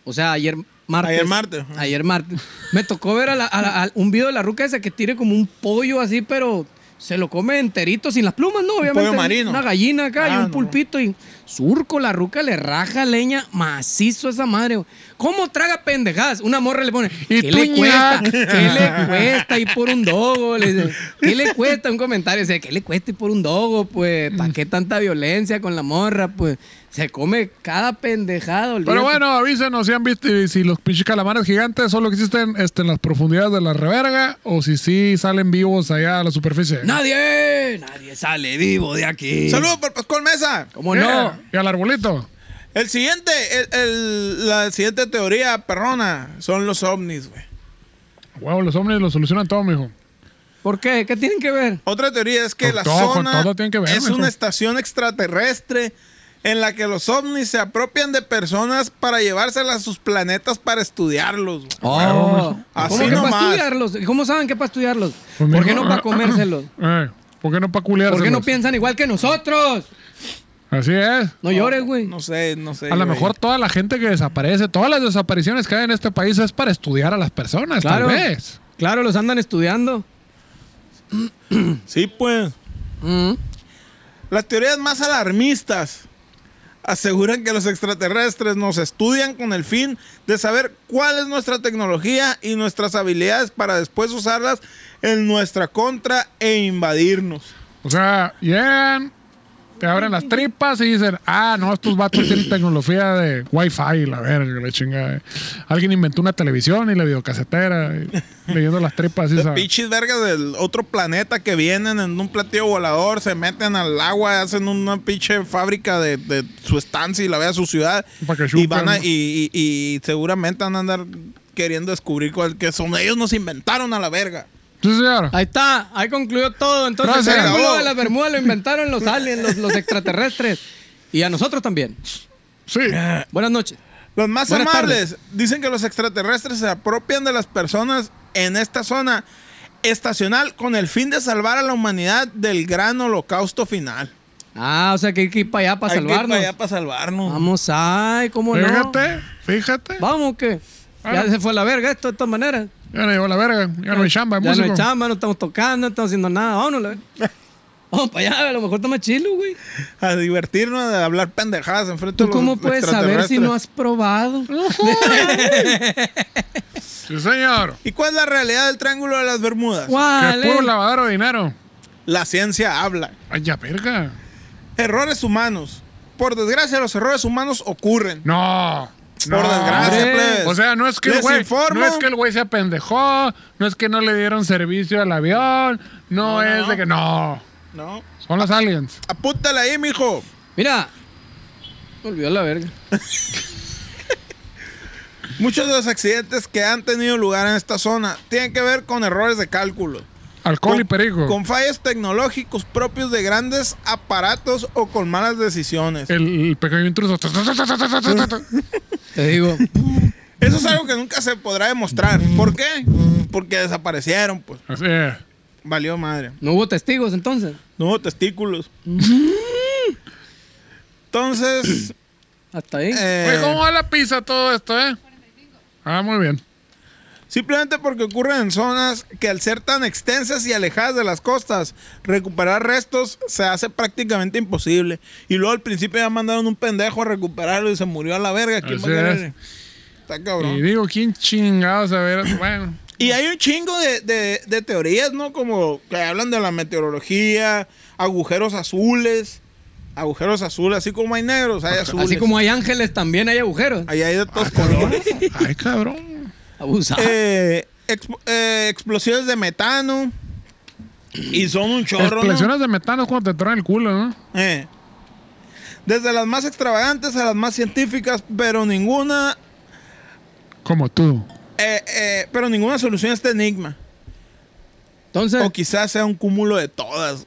C: o sea, ayer martes.
D: Ayer martes, ajá.
C: Ayer martes. Me tocó ver a, la- a la- a un video de la ruca esa que tiene como un pollo así, pero se lo come enterito, sin las plumas, ¿no? Obviamente.
D: pollo marino.
C: Una gallina acá y
D: Ah,
C: un
D: no.
C: pulpito y surco, la ruca le raja leña macizo a esa madre. güey. ¿Cómo traga pendejadas? Una morra le pone,
B: Y
C: ¿Qué le
B: tú,
C: cuesta?
B: ñac.
C: ¿Qué le cuesta ir por un dogo? Le dice, ¿Qué le cuesta? Un comentario dice, ¿qué le cuesta ir por un dogo? Pues, ¿para qué tanta violencia con la morra? Pues, se come cada pendejado.
B: Pero bueno, avísenos si han visto y si los pinches calamares gigantes solo existen este, en las profundidades de la reverga o si sí salen vivos allá a la superficie.
C: Nadie, nadie sale vivo de aquí.
D: Saludos por Pascual Mesa.
C: ¿Cómo
B: Yeah.
C: no?
B: Y al arbolito.
D: El siguiente, el- el- la siguiente teoría perrona son los ovnis, güey.
B: Huevo, los hombres lo solucionan todo, mijo.
C: ¿Por qué? ¿Qué tienen que ver?
D: Otra teoría es que
B: Con
D: la
B: todo, con
D: zona
B: todo tiene que ver,
D: es
B: mijo.
D: una estación extraterrestre en la que los ovnis se apropian de personas para llevárselas a sus planetas para estudiarlos. güey.
C: Oh,
D: Así
C: ¿Cómo que
D: nomás.
C: para estudiarlos? ¿Cómo saben que para estudiarlos?
B: Pues,
C: ¿Por qué
B: mijo,
C: no para comérselos?
B: eh, ¿Por qué no para culiárselos?
C: ¿Por qué no piensan igual que nosotros?
B: Así es.
C: No llores, güey.
D: No sé, no sé.
B: A lo
D: güey.
B: mejor toda la gente que desaparece, todas las desapariciones que hay en este país es para estudiar a las personas,
C: Claro.
B: tal vez.
C: Claro, los andan estudiando.
D: Sí, pues. Las teorías más alarmistas aseguran que los extraterrestres nos estudian con el fin de saber cuál es nuestra tecnología y nuestras habilidades para después usarlas en nuestra contra e invadirnos.
B: O sea, llegan, te abren las tripas y dicen, ah, no, estos vatos tienen tecnología de Wi-Fi, la verga, la chingada. Alguien inventó una televisión y la videocasetera, y leyendo las tripas y
D: De
B: esa-
D: pinches vergas del otro planeta que vienen en un platillo volador, se meten al agua, hacen una pinche fábrica de, de su estancia y la vea su ciudad.
B: Pa' que
D: y
B: chupen,
D: van a,
B: ¿no?
D: y, y- y seguramente van a andar queriendo descubrir cuál que son. Ellos nos inventaron a la verga.
B: Sí, señor.
C: Ahí está, ahí concluyó todo. Entonces,
B: Gracias.
C: el triángulo
D: Acabó.
C: de las Bermudas lo inventaron los aliens, los, los extraterrestres. Y a nosotros también.
B: Sí.
C: Buenas noches.
D: Los más
C: Buenas
D: amables dicen que los extraterrestres se apropian de las personas en esta zona estacional con el fin de salvar a la humanidad del gran holocausto final.
C: Ah, o sea que hay que ir para allá para
D: Hay que ir
C: salvarnos.
D: allá para salvarnos.
C: Vamos, ay, cómo no.
B: Fíjate, fíjate.
C: Vamos, que
B: Ah.
C: Ya se fue a la verga esto de todas maneras.
B: Ya no llegó la verga, ya no hay chamba, de
C: Ya no
B: músico.
C: hay chamba, no estamos tocando, no estamos haciendo nada. Vámonos, la verga. Vamos para allá, a lo mejor está más chilo, güey.
D: a divertirnos, a hablar pendejadas enfrente
C: ¿Tú
D: de los
C: cómo puedes saber si
D: extraterrestres.
C: no has probado?
B: Sí, señor.
D: ¿Y cuál es la realidad del Triángulo de las Bermudas?
B: Que
C: ¿Cuál?
B: es
C: eh?
B: puro lavadero de dinero.
D: La ciencia habla.
B: Ay, ya, verga.
D: Errores humanos. Por desgracia, los errores humanos ocurren.
B: No.
D: Por
B: no.
D: desgracia,
C: hombre.
D: plebes.
B: O sea, no es que el
D: Les
B: güey,
D: informo.
B: no es que el güey se apendejó, no es que no le dieron servicio al avión, no,
D: No, no,
B: es
D: no.
B: de que no,
D: No.
B: son las aliens.
D: Apúntale ahí, mijo.
C: Mira. Me Olvidó la verga.
D: Muchos de los accidentes que han tenido lugar en esta zona tienen que ver con errores de cálculo.
B: Alcohol
D: con,
B: y perico.
D: Con fallos tecnológicos propios de grandes aparatos o con malas decisiones.
B: El, el pequeño intruso.
C: Te digo.
D: Eso es algo que nunca se podrá demostrar. ¿Por qué? Porque desaparecieron, pues.
B: Así es.
D: Valió madre.
C: No hubo testigos entonces.
D: No, testículos. Entonces,
C: Hasta ahí.
D: eh,
B: Güey, ¿cómo va la pizza todo esto, eh? Ah, muy bien.
D: simplemente porque ocurren en zonas que al ser tan extensas y alejadas de las costas, recuperar restos se hace prácticamente imposible. Y luego al principio ya mandaron un pendejo a recuperarlo y se murió a la verga. ¿Quién
B: Así
D: va a querer?
B: es.
D: Está
B: Y
D: cabrón.
B: digo, ¿quién chingados a ver? Bueno,
D: Y hay un chingo de, de- de teorías, ¿no? Como que hablan de la meteorología, agujeros azules, agujeros azules, así como hay negros, hay azules.
C: Así como hay Ah, ángeles, también hay agujeros.
D: Ahí hay de todos colores.
B: ay, cabrón.
C: Abusado.
D: Eh, exp- eh, explosiones de metano. Y son un chorro. ¿no?
B: Explosiones de metano es cuando te traen el culo, ¿no?
D: Eh. Desde las más extravagantes a las más científicas, pero ninguna,
B: Como tú.
D: eh, eh, pero ninguna solución a este enigma.
C: Entonces,
D: O quizás sea un cúmulo de todas.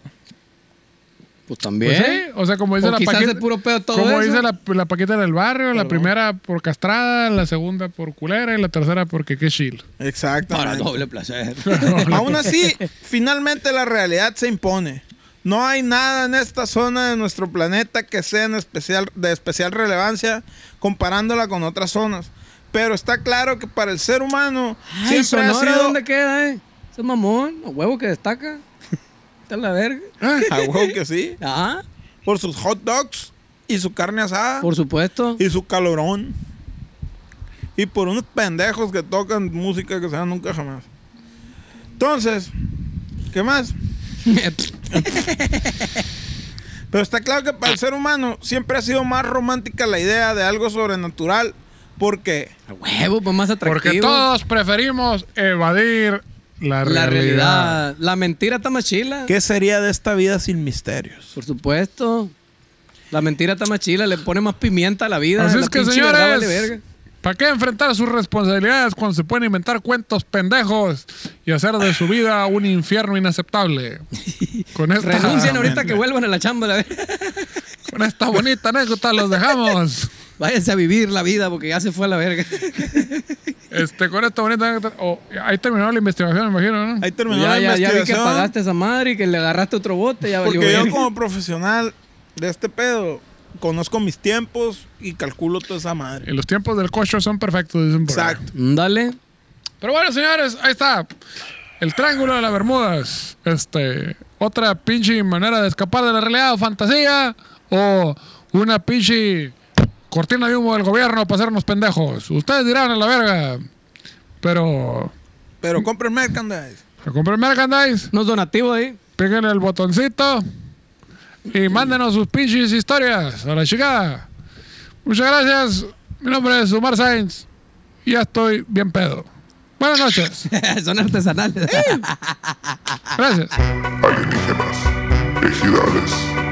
C: pues
B: Pues
C: también.
B: sí, o sea, como dice
C: O
B: la
C: quizás
B: paqueta.
C: es puro pedo todo
B: como
C: eso.
B: dice la, la paqueta del barrio, la primera por castrada, la segunda por culera y la tercera porque qué chill.
C: Para
D: Exactamente.
C: doble placer.
D: Aún así, finalmente la realidad se impone. No hay nada en esta zona de nuestro planeta que sea en especial, de especial relevancia comparándola con otras zonas. Pero está claro que para el ser humano
C: Ay,
D: siempre ha
C: Sonora,
D: sido...
C: ¿dónde queda, eh? Ese mamón, a huevo que destaca. Está la verga.
D: A Ah, huevo que sí.
C: Ah,
D: Por sus hot dogs y su carne asada
C: por supuesto.
D: y su calorón. Y por unos pendejos que tocan música que sea nunca jamás. Entonces, ¿qué más? Pero está claro que para el ser humano siempre ha sido más romántica la idea de algo sobrenatural porque
C: A huevo, pues más atractivo.
B: Porque todos preferimos evadir la realidad.
C: La realidad. La mentira está más chila.
D: ¿qué sería de esta vida sin misterios?
C: Por supuesto. La mentira está más chila, le pone más pimienta a la vida.
B: Así
C: La
B: es que,
C: pinche verdad vale
B: señores,
C: verga.
B: ¿para qué enfrentar sus responsabilidades cuando se pueden inventar cuentos pendejos y hacer de su vida un infierno inaceptable? Con esta,
C: Renuncien ahorita que vuelvan a la chamba, la verga.
B: con esta bonita anécdota los dejamos.
C: Váyanse a vivir la vida porque ya se fue a la verga.
B: Este, con esta bonita anécdota. oh, ahí terminó la investigación, me imagino, ¿no?
D: Ahí terminó
C: ya,
D: la
C: ya, ya vi que
D: investigación.
C: pagaste esa madre y que le agarraste otro bote, ya valió
D: porque yo
C: verga.
D: como profesional de este pedo conozco mis tiempos y calculo toda esa madre.
B: Y los tiempos del cocho son perfectos, dicen por ahí.
D: Exacto.
C: Dale.
B: Pero bueno, señores, ahí está. El Triángulo de las Bermudas. Este, otra pinche manera de escapar de la realidad o fantasía. O una pinche cortina de humo del gobierno para hacernos pendejos. Ustedes dirán a la verga. Pero,
D: Pero compren merchandise.
B: se compren merchandise,
C: Unos donativos ahí.
B: píquenle el botoncito y mándenos sus pinches historias a la chingada. Muchas gracias. Mi nombre es Omar Sainz y ya estoy bien pedo. Buenas noches.
C: Son
D: ¡Eh!
C: artesanales.
B: Gracias.
A: alienígenas, ejidales,